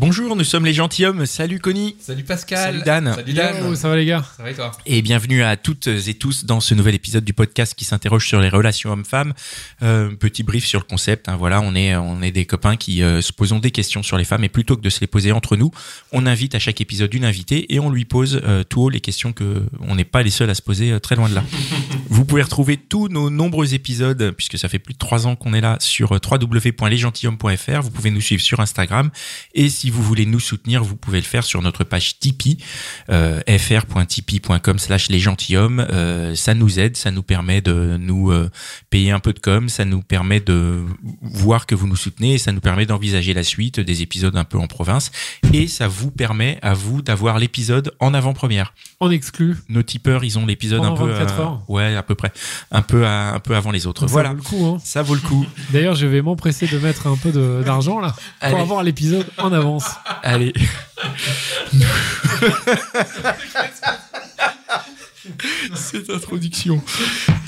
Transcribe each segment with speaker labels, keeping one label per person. Speaker 1: Bonjour, nous sommes les gentilshommes. Salut Connie
Speaker 2: Salut Pascal.
Speaker 1: Salut Dan.
Speaker 2: Salut Dan.
Speaker 3: Yo, ça va les gars
Speaker 2: Ça va et toi
Speaker 1: et bienvenue à toutes et tous dans ce nouvel épisode du podcast qui s'interroge sur les relations hommes-femmes. Euh, petit brief sur le concept. hein, voilà, on est on est des copains qui euh, se posons des questions sur les femmes et plutôt que de se les poser entre nous, on invite à chaque épisode une invitée et on lui pose euh, tout haut les questions que on n'est pas les seuls à se poser euh, très loin de là. Vous pouvez retrouver tous nos nombreux épisodes, puisque ça fait plus de trois ans qu'on est là, sur euh, www.lesgentilhommes.fr. Vous pouvez nous suivre sur Instagram. Et si vous voulez nous soutenir, vous pouvez le faire sur notre page Tipeee, euh, fr.tipeee.com slash lesgentilhommes. Euh, ça nous aide, ça nous permet de nous euh, payer un peu de com, ça nous permet de voir que vous nous soutenez et ça nous permet d'envisager la suite des épisodes un peu en province. Et ça vous permet à vous d'avoir l'épisode en avant-première
Speaker 3: On exclut.
Speaker 1: nos tipeurs, ils ont l'épisode un
Speaker 3: Pendant
Speaker 1: peu euh,
Speaker 3: 24 heures.
Speaker 1: ouais, à peu près, un peu à- un peu avant les autres.
Speaker 3: Ça
Speaker 1: voilà.
Speaker 3: vaut le coup. Hein.
Speaker 1: Ça vaut le coup.
Speaker 3: D'ailleurs, je vais m'empresser de mettre un peu de- d'argent là pour
Speaker 1: Allez.
Speaker 3: avoir l'épisode en avance.
Speaker 1: Allez. Cette introduction.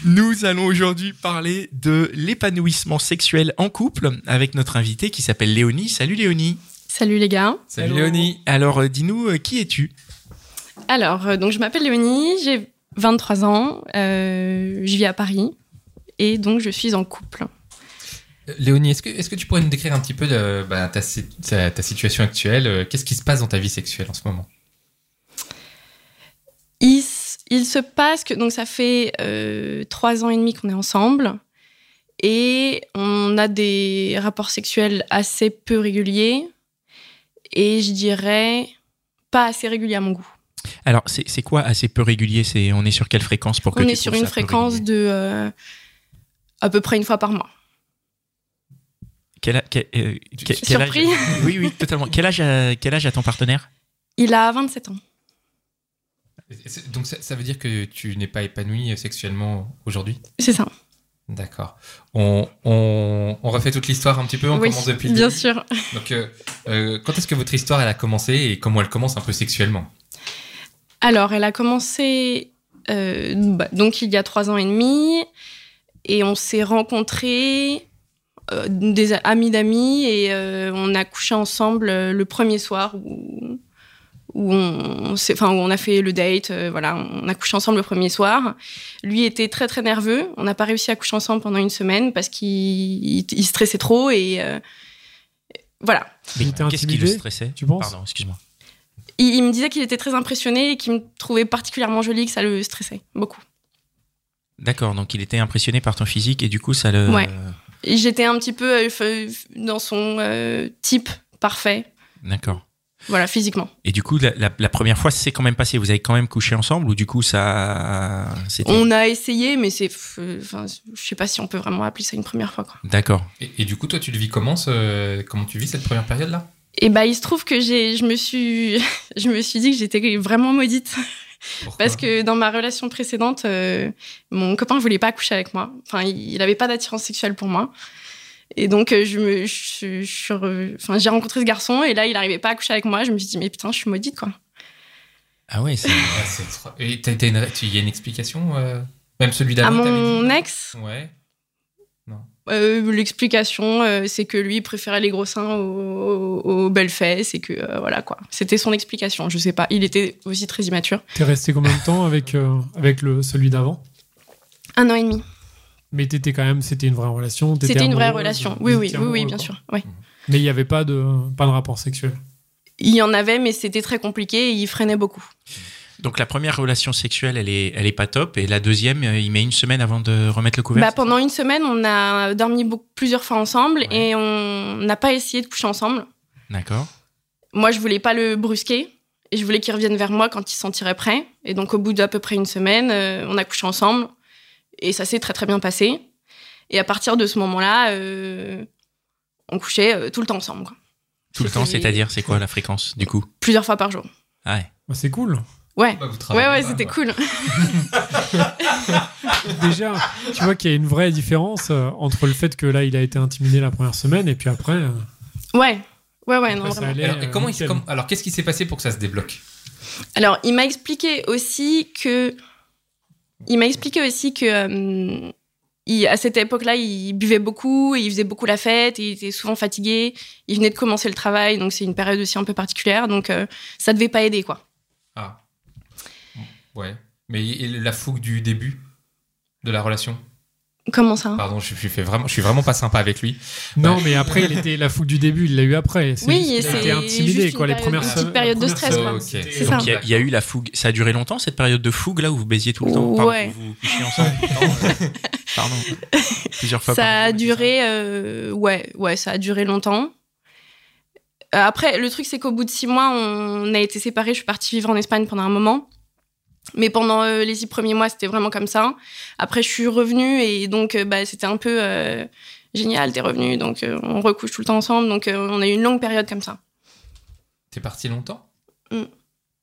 Speaker 1: Nous allons aujourd'hui parler de l'épanouissement sexuel en couple avec notre invité qui s'appelle Léonie. Salut Léonie.
Speaker 4: Salut les gars.
Speaker 2: Salut
Speaker 3: Hello.
Speaker 2: Léonie.
Speaker 1: Alors euh, dis-nous euh, qui es-tu
Speaker 4: Alors, euh, donc je m'appelle Léonie, j'ai 23 ans, euh, je vis à Paris et donc je suis en couple.
Speaker 2: Euh, Léonie, est-ce que, est-ce que tu pourrais nous décrire un petit peu euh, bah, ta, si- ta- ta situation actuelle euh, Qu'est-ce qui se passe dans ta vie sexuelle en ce moment
Speaker 4: Il, s- il se passe que donc ça fait euh, trois ans et demi qu'on est ensemble et on a des rapports sexuels assez peu réguliers et je dirais pas assez réguliers à mon goût.
Speaker 1: Alors c'est c'est quoi assez peu régulier C'est on est sur quelle fréquence pour que
Speaker 4: on
Speaker 1: tu
Speaker 4: est sur
Speaker 1: trouves
Speaker 4: une
Speaker 1: ça peu
Speaker 4: fréquence
Speaker 1: régulier
Speaker 4: de euh, à peu près une fois par mois.
Speaker 1: Quel, a- quel- euh, quel- quel âge-
Speaker 4: Surpris
Speaker 1: Oui oui totalement. Quel âge a- quel âge a ton partenaire
Speaker 4: Il a 27 ans.
Speaker 2: C'est- Donc ça, ça veut dire que tu n'es pas épanoui euh, sexuellement aujourd'hui
Speaker 4: C'est ça.
Speaker 2: D'accord. On, on- on refait toute l'histoire un petit peu, on
Speaker 4: oui,
Speaker 2: commence depuis le
Speaker 4: bien
Speaker 2: début.
Speaker 4: sûr.
Speaker 2: Donc euh, euh, quand est-ce que votre histoire elle a commencé et comment elle commence un peu sexuellement
Speaker 4: Alors, elle a commencé euh, bah, donc il y a trois ans et demi, et on s'est rencontrés, euh, des amis d'amis, et euh, on a couché ensemble euh, le premier soir où, où on, s'est- enfin, où on a fait le date. euh, voilà, on a couché ensemble le premier soir. Lui était très très nerveux. On n'a pas réussi à coucher ensemble pendant une semaine parce qu'il il- il stressait trop et euh, voilà.
Speaker 1: Mais
Speaker 3: Il était
Speaker 1: Qu'est-ce qui le
Speaker 3: intimidé,
Speaker 1: stressait
Speaker 3: tu penses
Speaker 1: Pardon, excuse-moi.
Speaker 4: Il, il me disait qu'il était très impressionné et qu'il me trouvait particulièrement jolie, que ça le stressait beaucoup.
Speaker 1: D'accord, donc il était impressionné par ton physique et du coup ça le.
Speaker 4: Ouais. Et J'étais un petit peu euh, f- dans son euh, type parfait,
Speaker 1: D'accord.
Speaker 4: voilà, physiquement.
Speaker 1: Et du coup, la, la- la première fois, c'est quand même passé. Vous avez quand même couché ensemble ou du coup ça. C'était.
Speaker 4: On a essayé, mais c'est. f- Enfin, je sais pas si on peut vraiment appeler ça une première fois, quoi.
Speaker 1: D'accord.
Speaker 2: et, et du coup, toi, tu le vis comment ce- Comment tu vis cette première période-là
Speaker 4: Et bah, il se trouve que j'ai, je me suis, je me suis dit que j'étais vraiment maudite.
Speaker 2: Pourquoi
Speaker 4: Parce que dans ma relation précédente, euh, mon copain voulait pas coucher avec moi. Enfin, il n'avait pas d'attirance sexuelle pour moi. Et donc, euh, je me, je, je suis re- enfin, j'ai rencontré ce garçon et là, il n'arrivait pas à coucher avec moi. Je me suis dit, mais putain, je suis maudite, quoi.
Speaker 1: Ah ouais, c'est.
Speaker 2: Ah, c'est trop- Et t'as- t'as une- tu- il y a une explication euh, Même celui d'avant
Speaker 4: à
Speaker 2: t'avais dit-
Speaker 4: mon ex,
Speaker 2: Ouais.
Speaker 4: euh, l'explication, euh, c'est que lui il préférait les gros seins aux, aux- aux belles fesses et que euh, voilà quoi. C'était son explication. Je sais pas. Il était aussi très immature.
Speaker 3: T'es resté combien de temps avec, euh, avec le, celui d'avant
Speaker 4: Un an et demi.
Speaker 3: Mais t'étais quand même, c'était une vraie relation. t'étais
Speaker 4: C'était une vraie
Speaker 3: amoureuse,
Speaker 4: relation.
Speaker 3: vous
Speaker 4: Oui, oui,
Speaker 3: étiez
Speaker 4: oui, oui,
Speaker 3: amoureux,
Speaker 4: bien
Speaker 3: quoi.
Speaker 4: sûr. Ouais.
Speaker 3: Mais il n'y avait pas de, pas de rapport sexuel.
Speaker 4: Il y en avait, mais c'était très compliqué et il freinait beaucoup.
Speaker 1: Donc la première relation sexuelle, elle est, elle est pas top. Et la deuxième, euh, il met une semaine avant de remettre le couvert.
Speaker 4: Bah, pendant une semaine, on a dormi beaucoup- plusieurs fois ensemble
Speaker 1: Ouais.
Speaker 4: et on n'a pas essayé de coucher ensemble.
Speaker 1: D'accord.
Speaker 4: Moi, je voulais pas le brusquer et je voulais qu'il revienne vers moi quand il se sentirait prêt. Et donc, au bout d'à peu près une semaine, euh, on a couché ensemble et ça s'est très très bien passé. Et à partir de ce moment-là, euh, on couchait euh, tout le temps ensemble. quoi.
Speaker 1: Tout le
Speaker 4: C'était
Speaker 1: temps,
Speaker 4: des-
Speaker 1: c'est-à-dire, c'est quoi la fréquence du coup
Speaker 4: Plusieurs fois par jour.
Speaker 1: Ah ouais.
Speaker 3: Bah, c'est cool.
Speaker 4: Ouais.
Speaker 2: Bah, vous travaillez
Speaker 4: Ouais, ouais,
Speaker 2: pas,
Speaker 4: c'était
Speaker 2: quoi.
Speaker 4: cool.
Speaker 3: Déjà, tu vois qu'il y a une vraie différence euh, entre le fait que là, il a été intimidé la première semaine et puis après, euh,
Speaker 4: Ouais. Ouais, ouais, non,
Speaker 3: après, ça
Speaker 4: vraiment.
Speaker 3: allait.
Speaker 2: Alors, et
Speaker 3: euh,
Speaker 2: comment il-
Speaker 3: nickel.
Speaker 2: comment- alors, qu'est-ce qui s'est passé pour que ça se débloque
Speaker 4: Alors, il m'a expliqué aussi que. Il m'a expliqué aussi que. euh, il- à cette époque-là, il buvait beaucoup, et il faisait beaucoup la fête, et il était souvent fatigué. Il venait de commencer le travail, donc c'est une période aussi un peu particulière, donc euh, ça devait pas aider, quoi.
Speaker 2: Ah. Ouais. Mais et la fougue du début de la relation
Speaker 4: Comment ça hein
Speaker 2: Pardon, je suis, fait vraiment, je suis vraiment pas sympa avec lui.
Speaker 3: Non, mais après, il était la fougue du début, il l'a eu après. C'est
Speaker 4: Oui,
Speaker 3: juste
Speaker 4: et
Speaker 3: qu'il a
Speaker 4: c'est
Speaker 3: été intimidé,
Speaker 4: juste
Speaker 3: quoi,
Speaker 4: une
Speaker 3: les premières
Speaker 4: période-
Speaker 3: semaines.
Speaker 4: petite période de
Speaker 3: la première
Speaker 4: stress,
Speaker 3: semaine,
Speaker 4: quoi.
Speaker 2: C'est
Speaker 3: c'était-
Speaker 4: ça.
Speaker 1: Donc il y a- il y, a eu la fougue. Ça a duré longtemps cette période de fougue là où vous baisiez tout le temps
Speaker 4: Ouais.
Speaker 1: Pardon, vous vous couchiez ensemble Pardon, euh, Pardon. Plusieurs fois par
Speaker 4: ça a
Speaker 1: jour,
Speaker 4: duré, euh, ouais, ouais, ça a duré longtemps. Euh, Après, le truc, c'est qu'au bout de six mois, on a été séparés. Je suis partie vivre en Espagne pendant un moment. Mais pendant euh, les six premiers mois, c'était vraiment comme ça. Après, je suis revenue et donc, euh, bah, c'était un peu euh, génial, t'es revenue. Donc, euh, on recouche tout le temps ensemble. Donc, euh, on a eu une longue période comme ça.
Speaker 2: T'es parti longtemps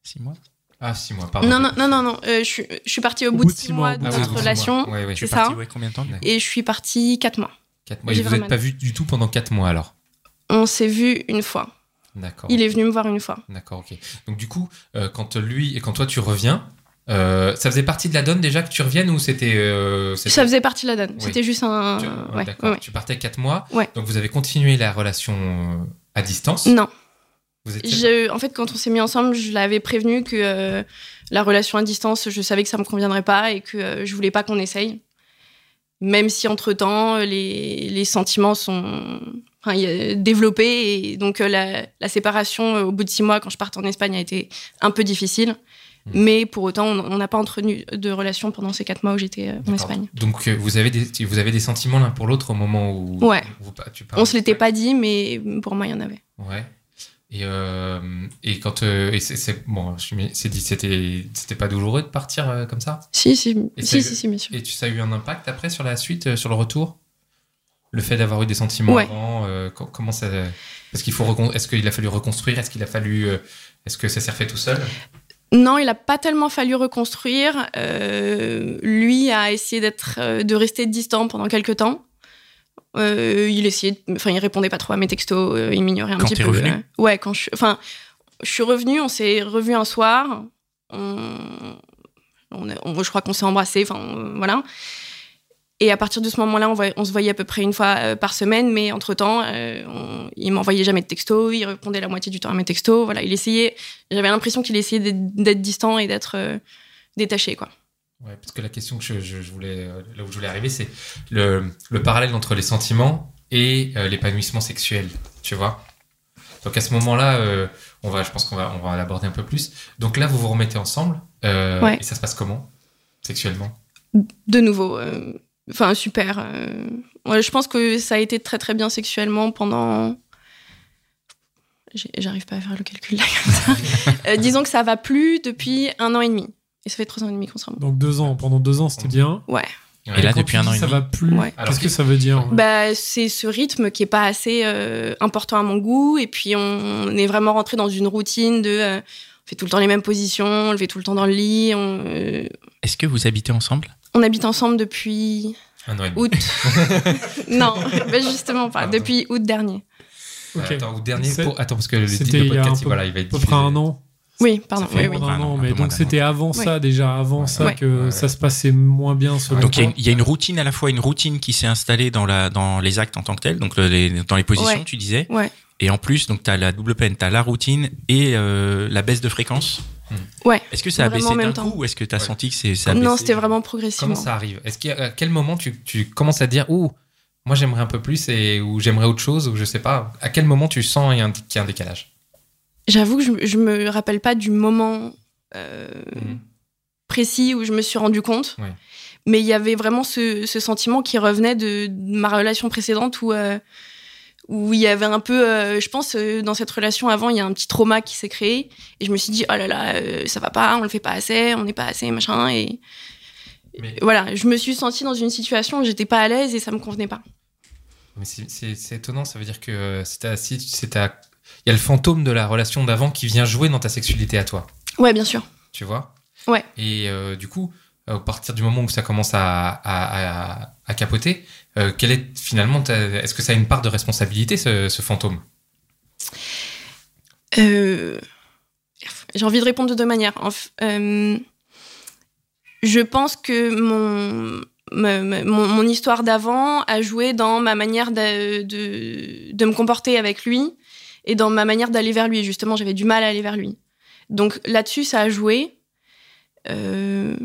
Speaker 1: Six mois.
Speaker 2: Ah, six mois, pardon.
Speaker 4: non, non, non, non, non. euh, je, suis, je suis partie au, bout de six mois,
Speaker 3: au
Speaker 4: de
Speaker 3: bout
Speaker 2: Ah,
Speaker 3: de
Speaker 4: notre
Speaker 3: six mois.
Speaker 4: relation.
Speaker 2: Oui, oui,
Speaker 4: C'est
Speaker 1: T'es
Speaker 4: ça.
Speaker 1: parti, ouais, combien de temps du coup
Speaker 4: Et je suis partie quatre mois.
Speaker 2: Quatre mois. Et
Speaker 4: J'ai
Speaker 2: vous
Speaker 4: vraiment
Speaker 2: n'êtes pas vu du tout pendant quatre mois alors
Speaker 4: On s'est vu une fois.
Speaker 2: D'accord.
Speaker 4: Il est venu me voir une fois.
Speaker 2: D'accord, ok. Donc du coup, euh, quand lui et quand toi tu reviens, euh, ça faisait partie de la donne déjà que tu reviennes ou c'était... euh, c'était-
Speaker 4: Ça faisait partie de la donne.
Speaker 2: Oui.
Speaker 4: C'était juste un. euh,
Speaker 2: Tu-
Speaker 4: ouais,
Speaker 2: D'accord.
Speaker 4: ouais, ouais.
Speaker 2: Tu partais 4 mois.
Speaker 4: Ouais.
Speaker 2: Donc vous avez continué la relation euh, à distance.
Speaker 4: Non.
Speaker 2: Vous étiez-
Speaker 4: Je- en fait, quand on s'est mis ensemble, je l'avais prévenu que euh, la relation à distance, je savais que ça me conviendrait pas et que euh, je voulais pas qu'on essaye. Même si entre-temps, les, les sentiments sont enfin, il y a- développés. Et donc, euh, la, la séparation euh, au bout de six mois, quand je parte en Espagne, a été un peu difficile.
Speaker 2: Hmm.
Speaker 4: Mais pour autant, on on n'a pas entretenu de relation pendant ces quatre mois où j'étais euh, en
Speaker 2: D'accord.
Speaker 4: Espagne.
Speaker 2: Donc euh, vous avez des, vous avez des sentiments l'un pour l'autre au moment où...
Speaker 4: Ouais.
Speaker 2: où pa- tu parles.
Speaker 4: On se l'était pas dit, mais pour moi, il y en avait.
Speaker 2: Ouais. Et, euh, et quand... euh, et c'est- c'est bon, je m'y- c'est dit, c'était c'était pas douloureux de partir euh, comme ça
Speaker 4: Si, si,
Speaker 2: Et
Speaker 4: si,
Speaker 2: ça-
Speaker 4: si, si, bien sûr.
Speaker 2: Et tu, ça a eu un impact après sur la suite, euh, sur le retour Le fait d'avoir eu des sentiments
Speaker 4: Ouais.
Speaker 2: avant, euh, co- comment ça... Parce qu'il faut... recon- Est-ce qu'il a fallu reconstruire Est-ce qu'il a fallu... euh, Est-ce que ça s'est refait tout seul
Speaker 4: Non, il a pas tellement fallu reconstruire. Euh, lui a essayé d'être, euh, de rester distant pendant quelques temps. Euh, il essayait, de- enfin, il répondait pas trop à mes textos. euh, il m'ignorait un
Speaker 1: Quand
Speaker 4: petit
Speaker 1: t'es
Speaker 4: peu.
Speaker 1: revenue
Speaker 4: euh, ouais, quand je, enfin, je suis revenue. On s'est revu un soir. On, on, a- on- je crois qu'on s'est embrassé. Enfin, on- voilà. Et à partir de ce moment-là, on, voy- on se voyait à peu près une fois euh, par semaine, mais entre-temps, euh, on- il m'envoyait jamais de textos, il répondait la moitié du temps à mes textos. Voilà, il essayait, j'avais l'impression qu'il essayait d'être d'être distant et d'être euh, détaché, quoi.
Speaker 2: Ouais, parce que la question que je, je- je voulais, euh, là où je voulais arriver, c'est le, le parallèle entre les sentiments et euh, l'épanouissement sexuel, tu vois. Donc à ce moment-là, euh, on va, je pense qu'on va, on va l'aborder un peu plus. Donc là, vous vous remettez ensemble, euh,
Speaker 4: Ouais.
Speaker 2: et ça se passe comment sexuellement
Speaker 4: De nouveau, euh, enfin, super. euh, ouais, je pense que ça a été très très bien sexuellement pendant. J'ai- J'arrive pas à faire le calcul là comme ça. Euh, disons que ça va plus depuis un an et demi. Et ça fait trois ans et demi qu'on se remonte.
Speaker 3: Donc deux ans, pendant deux ans, c'était bien.
Speaker 1: Et là,
Speaker 3: Quand
Speaker 1: depuis
Speaker 3: tu
Speaker 1: un
Speaker 3: dis
Speaker 1: an et
Speaker 3: ça
Speaker 1: demi.
Speaker 3: va plus.
Speaker 4: Ouais.
Speaker 2: Alors,
Speaker 3: Qu'est-ce que ça veut dire ouais
Speaker 4: Bah, c'est ce rythme qui est pas assez euh, important à mon goût. Et puis, on, on est vraiment rentré dans une routine de. euh, on fait tout le temps les mêmes positions, on le fait tout le temps dans le lit. On, euh,
Speaker 1: Est-ce que vous habitez ensemble
Speaker 4: on habite ensemble depuis
Speaker 2: Un an et demi.
Speaker 4: août. non, bah, justement pas.
Speaker 2: Pardon.
Speaker 4: Depuis août dernier.
Speaker 3: Ok.
Speaker 2: Attends, ou dernier
Speaker 3: C'est-
Speaker 2: pour- attends, parce que le, le
Speaker 3: c'était il y a
Speaker 2: podcast,
Speaker 3: un
Speaker 2: il-
Speaker 3: peu-
Speaker 2: voilà, il va être
Speaker 3: À peu près un
Speaker 2: diffusé.
Speaker 3: an.
Speaker 4: Oui, pardon.
Speaker 1: Ça
Speaker 4: Oui,
Speaker 1: fait
Speaker 4: oui.
Speaker 1: longtemps.
Speaker 3: Un
Speaker 1: Un an,
Speaker 3: an,
Speaker 1: un
Speaker 3: mais
Speaker 1: peu moins
Speaker 3: donc
Speaker 1: d'un an.
Speaker 3: c'était avant ça déjà, avant
Speaker 2: Ouais.
Speaker 3: ça
Speaker 2: Ouais.
Speaker 3: que
Speaker 2: Ouais.
Speaker 3: ça se passait moins bien selon
Speaker 1: Donc il y, a
Speaker 3: toi.
Speaker 1: une- il y a une routine à la fois, une routine qui s'est installée dans, la, dans les actes en tant que tels, donc le- les- dans les positions,
Speaker 4: Ouais.
Speaker 1: tu disais.
Speaker 4: Ouais.
Speaker 1: Et en plus, donc t'as la double peine, t'as la routine et euh, la baisse de fréquence.
Speaker 4: Ouais,
Speaker 1: Est-ce que ça a
Speaker 4: vraiment en
Speaker 1: baissé
Speaker 4: même
Speaker 1: d'un
Speaker 4: temps.
Speaker 1: coup ou est-ce que t'as
Speaker 2: Ouais.
Speaker 1: senti que c'est ça a
Speaker 4: non,
Speaker 1: baissé
Speaker 4: c'était vraiment
Speaker 2: Comment
Speaker 4: progressivement.
Speaker 2: ça arrive Est-ce qu'à à quel moment tu, tu commences à dire oh moi j'aimerais un peu plus et ou j'aimerais autre chose ou je sais pas à quel moment tu sens qu'il y a un- qu'il y a un décalage
Speaker 4: J'avoue que je, je me rappelle pas du moment euh,
Speaker 1: Mm.
Speaker 2: Mhm.
Speaker 4: précis où je me suis rendu compte.
Speaker 2: Ouais.
Speaker 4: Mais il y avait vraiment ce, ce sentiment qui revenait de, de ma relation précédente où, euh, où il y avait un peu, euh, je pense, euh, dans cette relation avant, il y a un petit trauma qui s'est créé. Et je me suis dit, oh là là, euh, ça va pas, on le fait pas assez, on n'est pas assez, machin. Et
Speaker 2: Mais-
Speaker 4: voilà, je me suis sentie dans une situation où j'étais pas à l'aise et ça me convenait pas.
Speaker 2: Mais c'est- c'est c'est étonnant, ça veut dire que euh, c'est ta. si- c'est ta- Il y a le fantôme de la relation d'avant qui vient jouer dans ta sexualité à toi.
Speaker 4: Ouais, bien sûr.
Speaker 2: tu vois
Speaker 4: Ouais.
Speaker 2: Et euh, du coup, euh, à partir du moment où ça commence à, à, à- à capoter, euh, quelle est finalement, ta- est-ce que ça a une part de responsabilité ce, ce fantôme
Speaker 4: Euh, J'ai envie de répondre de deux manières. En f- euh, je pense que mon, ma- ma- mon, mon histoire d'avant a joué dans ma manière d'a- de, de me comporter avec lui et dans ma manière d'aller vers lui. Justement, j'avais du mal à aller vers lui. Donc là-dessus, ça a joué. Euh,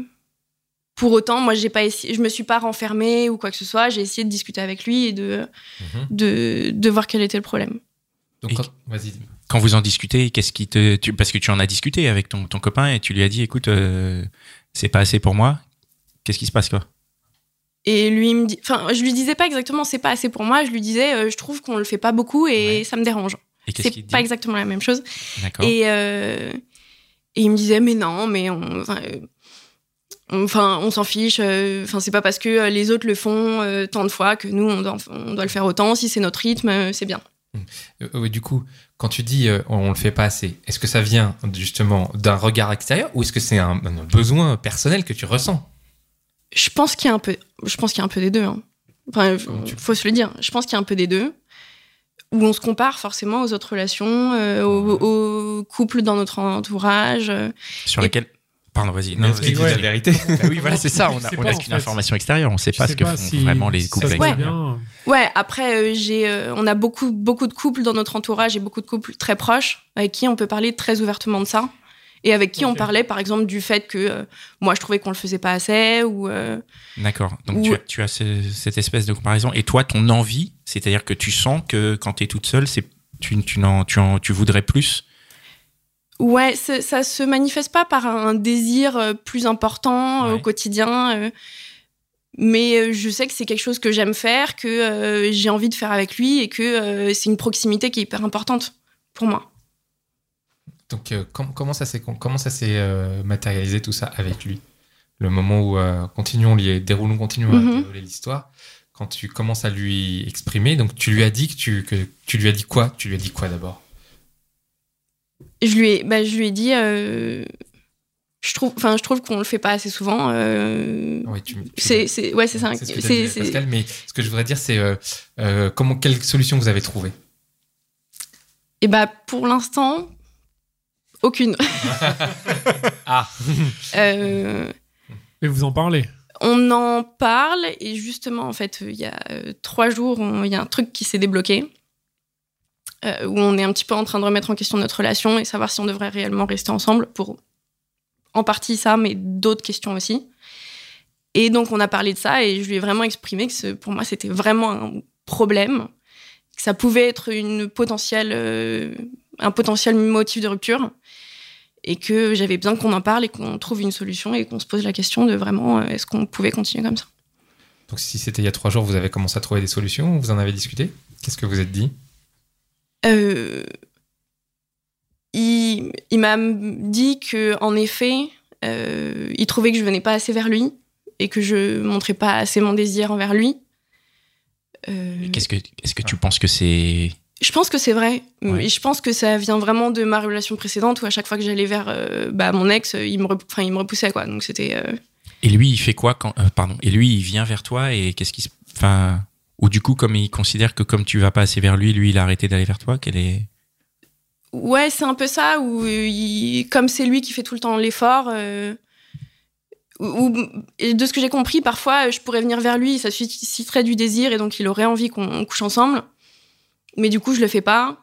Speaker 4: pour autant, moi, j'ai pas essayé, je me suis pas renfermée ou quoi que ce soit. J'ai essayé de discuter avec lui et de,
Speaker 3: Mhm.
Speaker 4: de, de voir quel était le problème.
Speaker 2: Donc,
Speaker 1: Et-
Speaker 2: quand- vas-y.
Speaker 1: Quand vous en discutez, qu'est-ce qui te, tu- parce que tu en as discuté avec ton, ton copain et tu lui as dit, écoute, euh, c'est pas assez pour moi. Qu'est-ce qui se passe, quoi
Speaker 4: Et lui, il me dit, enfin, je lui disais pas exactement c'est pas assez pour moi, je lui disais euh, je trouve qu'on le fait pas beaucoup et
Speaker 1: Ouais.
Speaker 4: ça me dérange.
Speaker 1: Et qu'est-ce
Speaker 4: C'est
Speaker 1: qu'il te
Speaker 4: pas
Speaker 1: dit
Speaker 4: exactement la même chose.
Speaker 1: D'accord.
Speaker 4: Et, euh, et il me disait mais non, mais on, enfin, euh, on, enfin, on s'en fiche, euh, enfin, c'est pas parce que euh, les autres le font euh, tant de fois que nous on doit, on doit le faire autant, si c'est notre rythme, euh, c'est bien.
Speaker 2: Euh, ouais, du coup, quand tu dis euh, on, le fait pas assez, est-ce que ça vient justement d'un regard extérieur ou est-ce que c'est un, un besoin personnel que tu ressens
Speaker 4: Je pense qu'il y a un peu, je pense qu'il y a un peu des deux. hein. Enfin, f-
Speaker 2: Comment tu-
Speaker 4: faut se le dire. Je pense qu'il y a un peu des deux, où on se compare forcément aux autres relations, euh, aux, aux couples dans notre entourage. euh.
Speaker 1: Sur
Speaker 4: et-
Speaker 1: lequel. Pardon, vas-y.
Speaker 2: Mais est-ce qu'il
Speaker 3: dit la
Speaker 1: vérité. oui, voilà, c'est ça. On
Speaker 3: Tu
Speaker 1: n'a
Speaker 3: sais
Speaker 1: on
Speaker 3: pas,
Speaker 1: a
Speaker 3: en
Speaker 1: qu'une
Speaker 3: fait.
Speaker 1: information extérieure. On ne sait
Speaker 3: Je
Speaker 1: pas
Speaker 3: sais
Speaker 1: ce que
Speaker 3: pas
Speaker 1: font
Speaker 3: si
Speaker 1: vraiment les
Speaker 3: ça
Speaker 1: couples.
Speaker 3: se
Speaker 1: avec-
Speaker 3: passe
Speaker 4: Ouais.
Speaker 3: bien.
Speaker 4: Ouais. Après, euh, j'ai, euh, on a beaucoup, beaucoup de couples dans notre entourage et beaucoup de couples très proches avec qui on peut parler très ouvertement de ça. Et avec qui on
Speaker 3: Ok.
Speaker 4: parlait, par exemple, du fait que euh, moi je trouvais qu'on le faisait pas assez, ou euh,
Speaker 1: D'accord. Donc
Speaker 4: Ou-
Speaker 1: tu as, tu as ce- cette espèce de comparaison. Et toi, ton envie, c'est-à-dire que tu sens que quand tu es toute seule, c'est tu, tu, n'en- tu, en- tu voudrais plus.
Speaker 4: Ouais, ça ça se manifeste pas par un désir euh, plus important euh, au
Speaker 1: Ouais.
Speaker 4: quotidien, euh, mais euh, je sais que c'est quelque chose que j'aime faire, que euh, j'ai envie de faire avec lui et que euh, c'est une proximité qui est hyper importante pour moi.
Speaker 2: Donc, euh, com- comment ça s'est con- comment ça s'est euh, matérialisé tout ça avec lui Le moment où euh, continuons les déroulons continuons à
Speaker 4: Mhm.
Speaker 2: dérouler l'histoire. Quand tu commences à lui exprimer, donc tu lui as dit que tu que tu lui as dit quoi Tu lui as dit quoi d'abord
Speaker 4: Je lui ai, bah, je lui ai dit, euh, je trouve, enfin, je trouve qu'on le fait pas assez souvent. euh,
Speaker 2: Oui, Ah tu, tu-
Speaker 4: c'est, c'est, ouais, c'est ça.
Speaker 2: ce que t'as
Speaker 4: c'est-
Speaker 2: dit,
Speaker 4: c'est-
Speaker 2: Pascal. Mais ce que je voudrais dire, c'est euh, euh, comment quelle solution vous avez trouvée
Speaker 4: Et bah, pour l'instant, aucune.
Speaker 2: Ah,
Speaker 4: Euh,
Speaker 3: Et vous en parlez.
Speaker 4: on en parle et justement en fait euh, il y a euh, trois jours on- il y a un truc qui s'est débloqué euh, où on est un petit peu en train de remettre en question notre relation et savoir si on devrait réellement rester ensemble pour en partie ça mais d'autres questions aussi et donc on a parlé de ça et je lui ai vraiment exprimé que ce- pour moi c'était vraiment un problème que ça pouvait être une potentielle euh, un potentiel motif de rupture et que j'avais besoin qu'on en parle et qu'on trouve une solution et qu'on se pose la question de vraiment euh, est-ce qu'on pouvait continuer comme ça.
Speaker 2: donc si c'était il y a trois jours, vous avez commencé à trouver des solutions Vous en avez discuté Qu'est-ce que vous êtes dit
Speaker 4: Euh, il il m'a m- dit que en effet, euh, il trouvait que je venais pas assez vers lui et que je montrais pas assez mon désir envers lui. Euh,
Speaker 1: Qu'est-ce que est-ce que tu penses que c'est
Speaker 4: Je pense que c'est vrai.
Speaker 1: Ouais.
Speaker 4: Et Je pense que ça vient vraiment de ma relation précédente où à chaque fois que j'allais vers euh, bah, mon ex, il me, rep- enfin, il me repoussait quoi. Donc c'était euh,
Speaker 1: Et lui, il fait quoi quand euh, Pardon. Et lui, il vient vers toi et qu'est-ce qui se Enfin, ou du coup, comme il considère que comme tu vas pas assez vers lui, lui, il a arrêté d'aller vers toi. Quelle est
Speaker 4: Ouais, c'est un peu ça, où euh, il- comme c'est lui qui fait tout le temps l'effort, euh, ou- ou- et de ce que j'ai compris, parfois euh, je pourrais venir vers lui, ça susciterait du désir et donc il aurait envie qu'on on couche ensemble. Mais du coup, je le fais pas.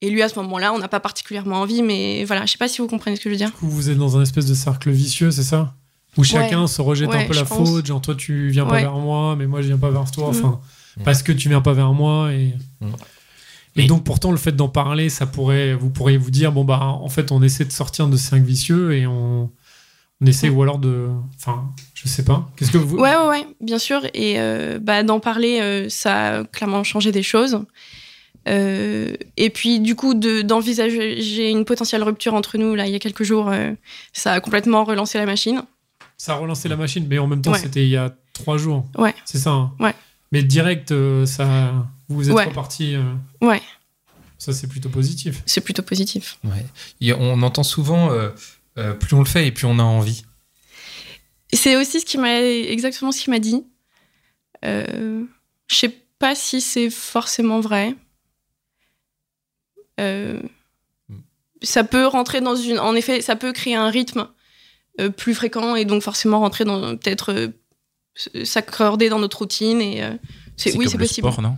Speaker 4: Et lui, à ce moment-là, on n'a pas particulièrement envie, mais voilà, je sais pas si vous comprenez ce que je veux dire.
Speaker 3: Du coup, vous êtes dans un espèce de cercle vicieux, c'est ça Où chacun se rejette
Speaker 4: Ouais,
Speaker 3: un peu la
Speaker 4: je pense.
Speaker 3: faute, genre toi tu viens pas
Speaker 4: Ouais.
Speaker 3: vers moi, mais moi je viens pas vers toi.
Speaker 4: Mm.
Speaker 3: Enfin,
Speaker 2: Mm.
Speaker 3: parce que tu viens pas vers moi et.
Speaker 2: Mm.
Speaker 3: Et
Speaker 1: Mais-
Speaker 3: donc pourtant le fait d'en parler, ça pourrait, vous pourriez vous dire bon bah en fait on essaie de sortir de ce cercle vicieux et on, on essaie ou alors de, enfin je sais pas. Qu'est-ce que vous
Speaker 4: Mm. Ouais, ouais, ouais, bien sûr. Et euh, bah, d'en parler, euh, ça a clairement changé des choses. Euh, et puis, du coup, de- d'envisager une potentielle rupture entre nous, là, il y a quelques jours, euh, ça a complètement relancé la machine.
Speaker 3: Ça a relancé la machine, mais en même temps
Speaker 4: Ouais.
Speaker 3: c'était il y a trois jours.
Speaker 4: Ouais.
Speaker 3: C'est ça. hein
Speaker 4: Ouais.
Speaker 3: Mais direct euh, ça. Vous vous êtes
Speaker 4: Ouais.
Speaker 3: repartis. euh,
Speaker 4: Ouais.
Speaker 3: Ça, c'est plutôt positif.
Speaker 4: C'est plutôt positif.
Speaker 2: Ouais. Et on entend souvent, euh, euh, plus on le fait et plus on a envie.
Speaker 4: Et C'est aussi ce qui m'a exactement ce qu'il m'a dit. Euh, je sais pas si c'est forcément vrai. Euh, ça peut rentrer dans une. En effet, ça peut créer un rythme euh, plus fréquent et donc forcément rentrer dans peut-être euh, s- s'accorder dans notre routine et euh, c'est oui
Speaker 1: comme
Speaker 4: c'est
Speaker 1: le
Speaker 4: possible.
Speaker 1: sport, non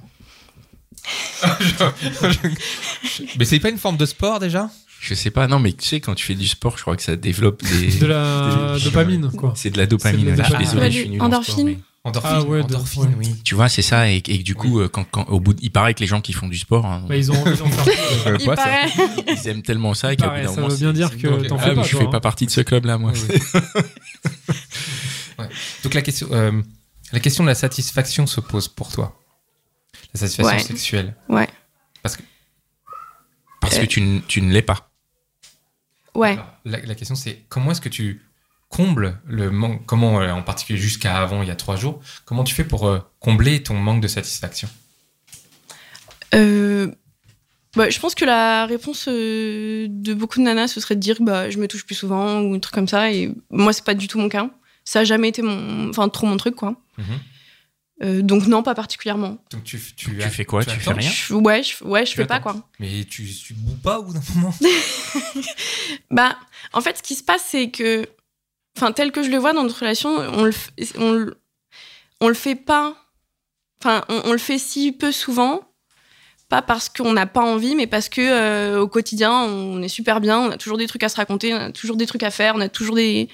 Speaker 2: Mais c'est pas une forme de sport déjà
Speaker 1: Je sais pas, non, mais tu sais, quand tu fais du sport, je crois que ça développe des.
Speaker 3: De la
Speaker 1: des-
Speaker 3: dopamine, quoi.
Speaker 1: C'est de la dopamine.
Speaker 3: C'est de la
Speaker 1: Alors,
Speaker 3: dopamine.
Speaker 1: désolé,
Speaker 4: Ouais,
Speaker 1: je
Speaker 4: du-
Speaker 1: suis nul en sport,
Speaker 4: endorphine.
Speaker 1: mais-
Speaker 2: Endorphine,
Speaker 3: Ah ouais, de-
Speaker 2: endorphine,
Speaker 3: ouais.
Speaker 2: oui.
Speaker 1: Tu vois, c'est ça, et, et que du coup, euh, quand, quand- au bout, de- il paraît que les gens qui font du sport, hein,
Speaker 3: Bah, ils ont envie d'en faire.
Speaker 1: euh,
Speaker 4: Il
Speaker 1: quoi, ça-
Speaker 4: paraît.
Speaker 1: ils aiment tellement ça
Speaker 3: Il
Speaker 1: qu'au bout
Speaker 3: paraît,
Speaker 1: d'un
Speaker 3: ça
Speaker 1: moment,
Speaker 3: veut bien
Speaker 1: c'est-
Speaker 3: dire
Speaker 2: c'est
Speaker 3: que
Speaker 2: bloqué.
Speaker 3: t'en
Speaker 1: Ah,
Speaker 3: fais
Speaker 1: mais
Speaker 3: pas.
Speaker 1: je
Speaker 3: toi,
Speaker 1: fais
Speaker 3: hein.
Speaker 1: pas partie de ce club-là, moi.
Speaker 2: Ouais, ouais. Ouais. Donc la question, euh, la question de la satisfaction se pose pour toi. La satisfaction
Speaker 4: Ouais.
Speaker 2: sexuelle.
Speaker 4: Ouais.
Speaker 1: Parce que tu, ne- tu ne l'es pas.
Speaker 4: Ouais.
Speaker 2: Alors, La, la question c'est comment est-ce que tu combles le manque, comment euh, en particulier jusqu'à avant il y a trois jours, comment tu fais pour euh, combler ton manque de satisfaction
Speaker 4: Euh, bah, je pense que la réponse euh, de beaucoup de nanas, ce serait de dire bah, je me touche plus souvent ou un truc comme ça. Et moi, c'est pas du tout mon cas. Ça a jamais été mon, enfin, trop mon truc, quoi.
Speaker 2: Mhm.
Speaker 1: Mm-hmm.
Speaker 4: Euh, donc non, pas particulièrement.
Speaker 2: Donc tu, tu,
Speaker 1: Tu
Speaker 2: att-
Speaker 1: fais quoi Tu fais
Speaker 2: attends,
Speaker 1: rien
Speaker 4: Je- ouais, je, ouais, je
Speaker 2: Tu
Speaker 4: fais pas
Speaker 2: attends.
Speaker 4: quoi.
Speaker 2: Mais tu, tu boues pas au bout d'un moment
Speaker 4: Bah, en fait, ce qui se passe, c'est que, enfin, tel que je le vois dans notre relation, on le, f- on le, on le fait pas. Enfin, on, on le fait si peu souvent, pas parce qu'on n'a pas envie, mais parce que euh, au quotidien, on est super bien, on a toujours des trucs à se raconter, on a toujours des trucs à faire, on a toujours des.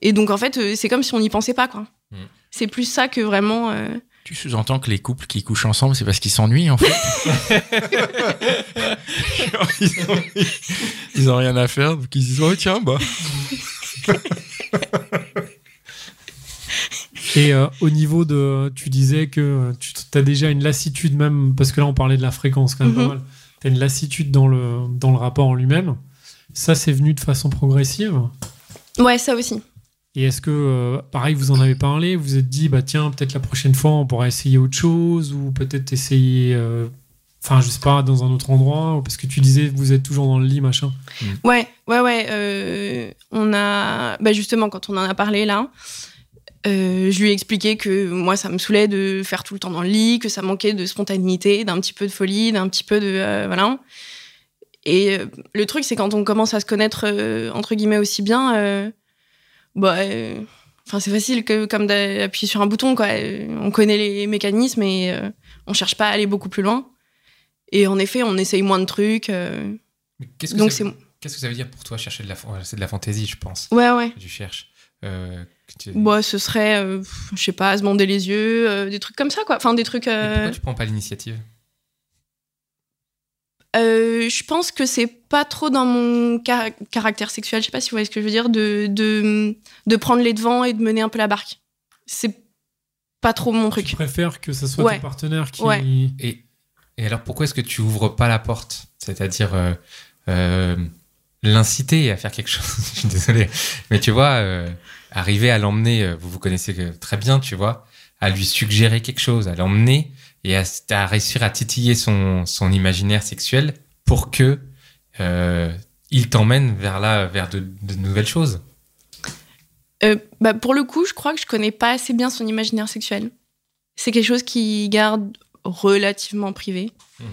Speaker 4: Et donc, en fait, euh, c'est comme si on n'y pensait pas, quoi.
Speaker 2: Mm.
Speaker 4: C'est plus ça que vraiment. euh,
Speaker 1: Tu sous-entends que les couples qui couchent ensemble, c'est parce qu'ils s'ennuient, en fait Genre, ils, ont, ils ont rien à faire, donc ils se disent, oh tiens, bah.
Speaker 3: Et euh, au niveau de. Tu disais que euh, tu as déjà une lassitude, même. Parce que là, on parlait de la fréquence, quand même
Speaker 4: Mhm.
Speaker 3: pas mal. Tu as une lassitude dans le, dans le rapport en lui-même. Ça, c'est venu de façon progressive.
Speaker 4: Ouais, ça aussi.
Speaker 3: Et est-ce que, euh, pareil, vous en avez parlé Vous vous êtes dit, bah tiens, peut-être la prochaine fois, on pourra essayer autre chose Ou peut-être essayer. euh, Enfin, je sais pas, dans un autre endroit, ou parce que tu disais, vous êtes toujours dans le lit, machin.
Speaker 4: Ouais, ouais, ouais. euh, on a, bah justement, quand on en a parlé là, euh, je lui ai expliqué que moi, ça me saoulait de faire tout le temps dans le lit, que ça manquait de spontanéité, d'un petit peu de folie, d'un petit peu de, euh, voilà. Et euh, le truc, c'est quand on commence à se connaître euh, entre guillemets aussi bien, euh, bah, euh, enfin, c'est facile que comme d'appuyer sur un bouton, quoi. Euh, On connaît les mécanismes et euh, on cherche pas à aller beaucoup plus loin. Et en effet, on essaye moins de trucs. euh,
Speaker 2: Mais Qu'est-ce que,
Speaker 4: donc
Speaker 2: ça-
Speaker 4: c'est,
Speaker 2: qu'est-ce que ça veut dire pour toi chercher de la fan- c'est de la fantaisie, je pense.
Speaker 4: ouais, ouais.
Speaker 2: que Tu cherches. Euh, que tu-
Speaker 4: Bah, ce serait, euh, pff, je sais pas, se bander les yeux, euh, des trucs comme ça, quoi. Enfin, des trucs.
Speaker 2: Mais
Speaker 4: euh,
Speaker 2: pourquoi tu prends pas l'initiative
Speaker 4: euh, je pense que c'est pas trop dans mon car- caractère sexuel, je sais pas si vous voyez ce que je veux dire, de, de, de prendre les devants et de mener un peu la barque. C'est pas trop mon
Speaker 3: Tu
Speaker 4: truc.
Speaker 3: préfères que ce soit
Speaker 4: Ouais.
Speaker 3: ton partenaire qui.
Speaker 4: Ouais.
Speaker 2: Et, et alors pourquoi est-ce que tu ouvres pas la porte C'est-à-dire euh, euh, l'inciter à faire quelque chose. je suis désolé. Mais tu vois, euh, arriver à l'emmener, euh, vous vous connaissez que- très bien, tu vois, à lui suggérer quelque chose, à l'emmener et à, à réussir à titiller son, son imaginaire sexuel pour que euh, il t'emmène vers là, vers de, de nouvelles choses.
Speaker 4: Euh, bah, pour le coup, je crois que je connais pas assez bien son imaginaire sexuel. C'est quelque chose qui garde relativement privé. Mm-hmm.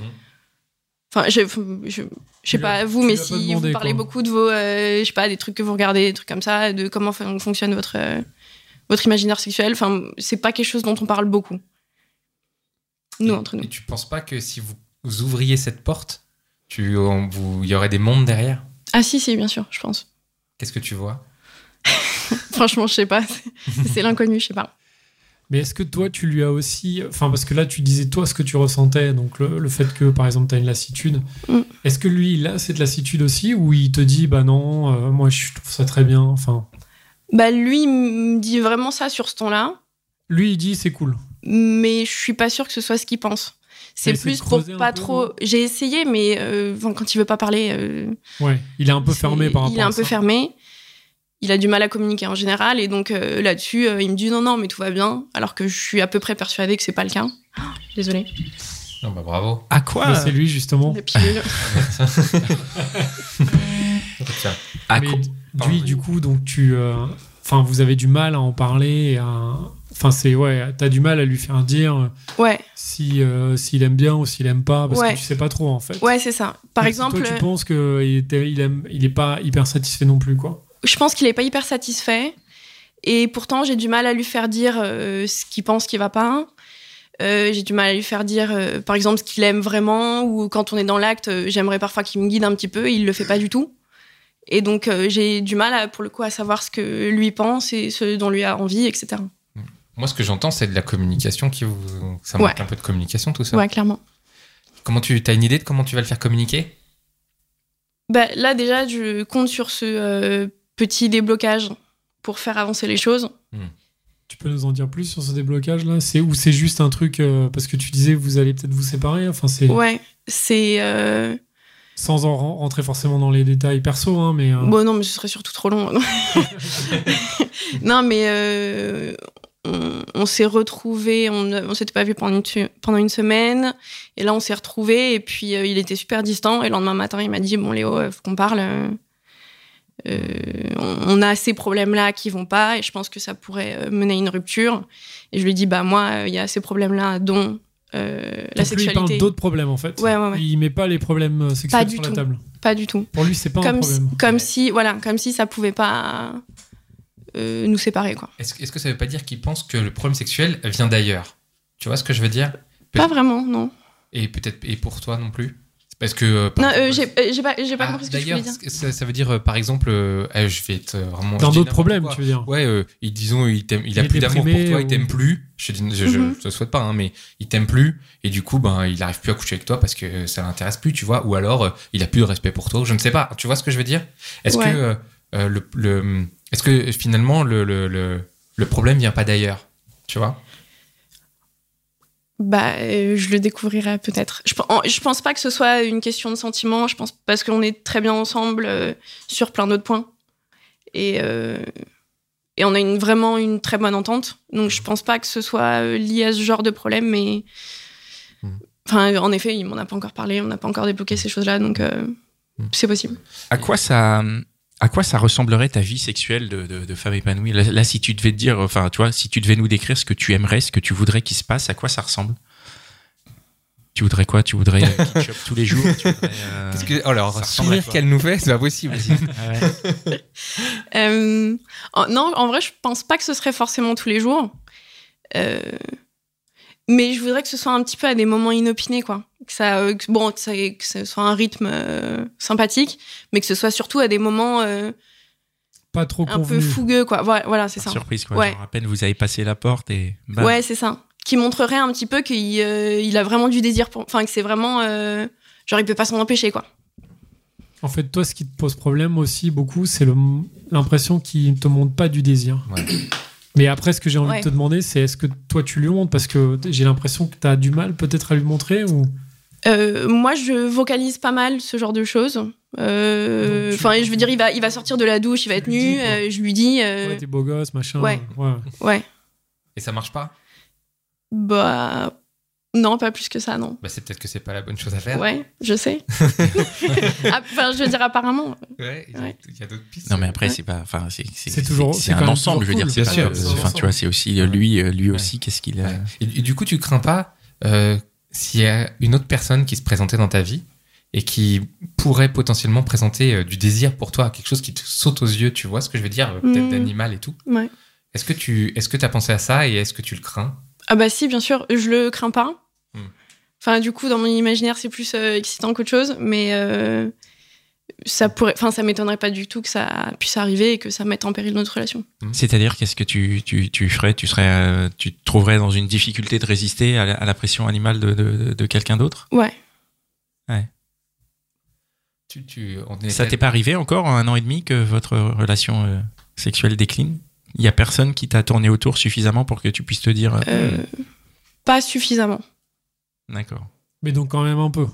Speaker 4: Enfin, je, je, je sais
Speaker 3: Tu l'as-
Speaker 4: pas vous,
Speaker 3: tu
Speaker 4: mais
Speaker 3: l'as
Speaker 4: si
Speaker 3: pas demandé,
Speaker 4: vous parlez
Speaker 3: quoi.
Speaker 4: beaucoup de vos, euh, je sais pas, des trucs que vous regardez, des trucs comme ça, de comment fon- fonctionne votre euh, votre imaginaire sexuel. Enfin, c'est pas quelque chose dont on parle beaucoup. Nous
Speaker 2: Et-
Speaker 4: entre nous.
Speaker 2: Et tu penses pas que si vous, vous ouvriez cette porte, tu, on- vous- il y aurait des mondes derrière
Speaker 4: Ah si, si, bien sûr, je pense.
Speaker 2: Qu'est-ce que tu vois
Speaker 4: Franchement, je sais pas. C'est- C'est l'inconnu, je sais pas.
Speaker 3: Mais est-ce que toi, tu lui as aussi. Enfin, parce que là, tu disais toi ce que tu ressentais, donc le, le fait que, par exemple, tu as une lassitude.
Speaker 4: Mm.
Speaker 3: Est-ce que lui, il a cette lassitude aussi, ou il te dit, bah non, euh, moi, je trouve ça très bien. Enfin,
Speaker 4: Bah lui il me dit vraiment ça sur ce ton-là,
Speaker 3: lui, il dit, c'est cool.
Speaker 4: mais je suis pas sûre que ce soit ce qu'il pense. C'est
Speaker 3: T'as essayé
Speaker 4: plus
Speaker 3: de
Speaker 4: pour
Speaker 3: creuser un
Speaker 4: pas
Speaker 3: peu,
Speaker 4: trop.
Speaker 3: non
Speaker 4: J'ai essayé, mais euh, enfin, quand il veut pas parler. euh,
Speaker 3: Ouais, il est un peu fermé
Speaker 4: C'est-
Speaker 3: par rapport
Speaker 4: Il est un
Speaker 3: à
Speaker 4: peu
Speaker 3: ça.
Speaker 4: fermé. Il a du mal à communiquer en général. Et donc euh, là-dessus, euh, il me dit non, non, mais tout va bien. Alors que je suis à peu près persuadée que c'est pas le cas. Oh, désolée.
Speaker 2: Non, bah bravo.
Speaker 1: À quoi
Speaker 3: Mais c'est lui justement.
Speaker 4: des pilules.
Speaker 2: Tiens.
Speaker 1: À
Speaker 3: Mais
Speaker 1: quoi-
Speaker 3: d-
Speaker 1: Ah, Pardon.
Speaker 3: lui, du coup, donc tu, euh, enfin, vous avez du mal à en parler. et à- Enfin, c'est ouais, t'as du mal à lui faire dire euh,
Speaker 4: Ouais,
Speaker 3: si euh, s'il aime bien ou s'il aime pas, parce
Speaker 4: Ouais.
Speaker 3: que tu sais pas trop en fait.
Speaker 4: ouais, c'est ça.
Speaker 3: Donc,
Speaker 4: Par
Speaker 3: si
Speaker 4: exemple,
Speaker 3: toi, tu penses que il, était- il aime, il est pas hyper satisfait non plus, quoi.
Speaker 4: je pense qu'il est pas hyper satisfait. Et pourtant, j'ai du mal à lui faire dire euh, ce qu'il pense qui va pas. Euh, j'ai du mal à lui faire dire, euh, par exemple, ce qu'il aime vraiment. Ou quand on est dans l'acte, euh, j'aimerais parfois qu'il me guide un petit peu. Et il le fait pas du tout. Et donc, euh, j'ai du mal, à, pour le coup, à savoir ce que lui pense et ce dont lui a envie, etc.
Speaker 2: Moi, ce que j'entends, c'est de la communication qui vous. Ça manque un peu de communication, tout ça.
Speaker 4: Ouais, clairement.
Speaker 2: Comment tu as une idée de comment tu vas le faire communiquer
Speaker 4: Bah, là, déjà, je compte sur ce euh, petit déblocage pour faire avancer les choses.
Speaker 3: Tu peux nous en dire plus sur ce déblocage là C'est ou c'est juste un truc euh, parce que tu disais vous allez peut-être vous séparer. Enfin, c'est
Speaker 4: Ouais, c'est. euh,
Speaker 3: sans en ren- rentrer forcément dans les détails perso, hein, mais euh,
Speaker 4: Bon, non, mais ce serait surtout trop long. non, mais euh, on, on s'est retrouvés, on ne s'était pas vus pendant une, tu- pendant une semaine, et là, on s'est retrouvés, et puis euh, il était super distant, et le lendemain matin, il m'a dit Bon, Léo, euh, faut qu'on parle. euh, euh, on, on a ces problèmes-là qui vont pas, et je pense que ça pourrait euh, mener à une rupture. Et je lui dis Bah, moi, euh, il y a ces problèmes-là, dont euh,
Speaker 3: donc lui, il
Speaker 4: la
Speaker 3: parle
Speaker 4: sexualité.
Speaker 3: d'autres problèmes en fait.
Speaker 4: Ouais, ouais, ouais.
Speaker 3: Il met pas les problèmes euh, sexuels
Speaker 4: Pas du
Speaker 3: sur la
Speaker 4: tout.
Speaker 3: table.
Speaker 4: Pas du tout.
Speaker 3: Pour lui, c'est pas un
Speaker 4: comme si,
Speaker 3: problème.
Speaker 4: comme si voilà comme si ça pouvait pas euh, nous séparer quoi
Speaker 2: Est-ce est-ce que ça veut pas dire qu'il pense que le problème sexuel vient d'ailleurs Tu vois ce que je veux dire
Speaker 4: pas vraiment non
Speaker 2: Et peut-être et pour toi non plus C'est Parce que. euh, par
Speaker 4: non euh, j'ai
Speaker 2: exemple,
Speaker 4: euh, j'ai pas j'ai pas
Speaker 2: Ah,
Speaker 4: compris ce que tu
Speaker 2: D'ailleurs,
Speaker 4: voulais dire
Speaker 2: c- ça, ça veut dire euh, par exemple, euh, ah, je vais être euh, vraiment.
Speaker 3: T'as
Speaker 2: je
Speaker 3: un
Speaker 2: dis
Speaker 3: autre
Speaker 2: n'importe
Speaker 3: problème,
Speaker 2: quoi.
Speaker 3: tu veux dire
Speaker 2: Ouais, euh, il- disons, il, t'aime- il a
Speaker 3: Il est
Speaker 2: plus d'amour pour
Speaker 3: déprimé
Speaker 2: toi,
Speaker 3: ou-
Speaker 2: il t'aime plus. Je te dis- je, je-
Speaker 4: Mhm.
Speaker 2: je te le souhaite pas, hein, mais il t'aime plus. Et du coup, ben, il arrive plus à coucher avec toi parce que euh, ça l'intéresse plus, tu vois. Ou alors, euh, il a plus de respect pour toi. Je ne sais pas. Tu vois ce que je veux dire Est-ce
Speaker 4: Ouais.
Speaker 2: que euh, euh, le, le- est-ce que finalement le le, le, le problème vient pas d'ailleurs Tu vois
Speaker 4: bah euh, je le découvrirai peut-être je, pen- en- je pense pas que ce soit une question de sentiment je pense parce qu'on est très bien ensemble euh, sur plein d'autres points et euh, et on a une, vraiment une très bonne entente donc je pense pas que ce soit euh, lié à ce genre de problème mais
Speaker 2: Mhm.
Speaker 4: enfin en effet il m'en a pas encore parlé on n'a pas encore débloqué ces choses là donc euh,
Speaker 2: Mhm.
Speaker 4: c'est possible
Speaker 1: À quoi ça à quoi ça ressemblerait ta vie sexuelle de, de, de femme épanouie là, là, si tu devais te dire, enfin, tu vois, si tu devais nous décrire ce que tu aimerais, ce que tu voudrais qu'il se passe, à quoi ça ressemble Tu voudrais quoi Tu voudrais euh, qu'il te chope tous les jours tu voudrais, euh,
Speaker 2: Parce que oh alors
Speaker 1: ça ressemble à
Speaker 2: sourire
Speaker 1: quoi
Speaker 2: qu'elle nous fait, c'est pas possible.
Speaker 1: Vas-y. Ah ouais.
Speaker 4: Euh, en- non, en vrai, je pense pas que ce serait forcément tous les jours. Euh, mais je voudrais que ce soit un petit peu à des moments inopinés, quoi. Que ça, euh, que- bon, que, ça- que ce soit un rythme euh, sympathique, mais que ce soit surtout à des moments euh,
Speaker 3: Pas trop
Speaker 4: un
Speaker 3: convenu.
Speaker 4: peu fougueux, quoi. Voilà, voilà, c'est ça.
Speaker 1: Surprise, quoi.
Speaker 4: Ouais.
Speaker 1: Genre, à peine vous avez passé la porte et. bam.
Speaker 4: Ouais, c'est ça. Qui montrerait un petit peu qu'il euh, il a vraiment du désir pour. Enfin, que c'est vraiment. euh, genre, il peut pas s'en empêcher, quoi.
Speaker 3: En fait, toi, ce qui te pose problème aussi beaucoup, c'est le- l'impression qu'il ne te montre pas du désir.
Speaker 2: Ouais.
Speaker 3: Mais après, ce que j'ai envie
Speaker 4: Ouais.
Speaker 3: de te demander, c'est est-ce que toi, tu lui montres Parce que t- j'ai l'impression que tu as du mal peut-être à lui montrer. Ou...
Speaker 4: Euh, moi, je vocalise pas mal ce genre de choses. Euh,
Speaker 3: Donc, tu-
Speaker 4: Enfin, je veux dire, il va, il va sortir de la douche, il va
Speaker 3: Tu
Speaker 4: être
Speaker 3: lui dis,
Speaker 4: nu.
Speaker 3: quoi.
Speaker 4: euh, je lui dis, euh,
Speaker 3: Ouais, t'es beau gosse, machin.
Speaker 4: ouais. ouais,
Speaker 2: Et ça marche pas
Speaker 4: bah non, pas plus que ça, non.
Speaker 2: Bah c'est peut-être que c'est pas la bonne chose à faire.
Speaker 4: Ouais, je sais. Ah, Enfin, je veux dire, apparemment.
Speaker 2: Ouais, il y a-
Speaker 4: Ouais.
Speaker 2: il y a d'autres pistes.
Speaker 1: Non mais après c'est pas enfin c'est c'est-
Speaker 3: C'est toujours-
Speaker 1: c'est
Speaker 3: c'est quand
Speaker 1: un
Speaker 3: même
Speaker 1: ensemble je veux
Speaker 3: toujours
Speaker 1: dire
Speaker 3: cool,
Speaker 1: c'est
Speaker 2: bien
Speaker 1: pas
Speaker 2: sûr,
Speaker 1: que-
Speaker 2: c'est un
Speaker 1: enfin tu vois c'est aussi euh, lui euh, lui aussi qu'est-ce qu'il a
Speaker 2: Ouais. Et, et du coup, tu crains pas euh, s'il y a une autre personne qui se présentait dans ta vie et qui pourrait potentiellement présenter euh, du désir pour toi, quelque chose qui te saute aux yeux, tu vois ce que je veux dire, euh, peut-être
Speaker 4: Mm.
Speaker 2: d'animal et tout.
Speaker 4: Ouais.
Speaker 2: Est-ce que tu est-ce que as pensé à ça et est-ce que tu le crains
Speaker 4: Ah bah si, bien sûr, je le crains pas.
Speaker 2: Hmm.
Speaker 4: Enfin, du coup, dans mon imaginaire, c'est plus euh, excitant qu'autre chose, mais euh, ça pourrait, enfin, ça m'étonnerait pas du tout que ça puisse arriver et que ça mette en péril notre relation.
Speaker 1: c'est-à-dire qu'est-ce que tu tu tu ferais tu serais euh, tu te trouverais dans une difficulté de résister à la, à la pression animale de de, de quelqu'un d'autre
Speaker 4: Ouais.
Speaker 2: tu, tu, on est
Speaker 1: ça t'est pas arrivé encore en un an et demi que votre relation euh, sexuelle décline il y a personne qui t'a tourné autour suffisamment pour que tu puisses te dire euh,
Speaker 4: Euh,
Speaker 3: Hmm.
Speaker 4: Pas suffisamment.
Speaker 1: d'accord
Speaker 3: Mais donc, quand même un peu.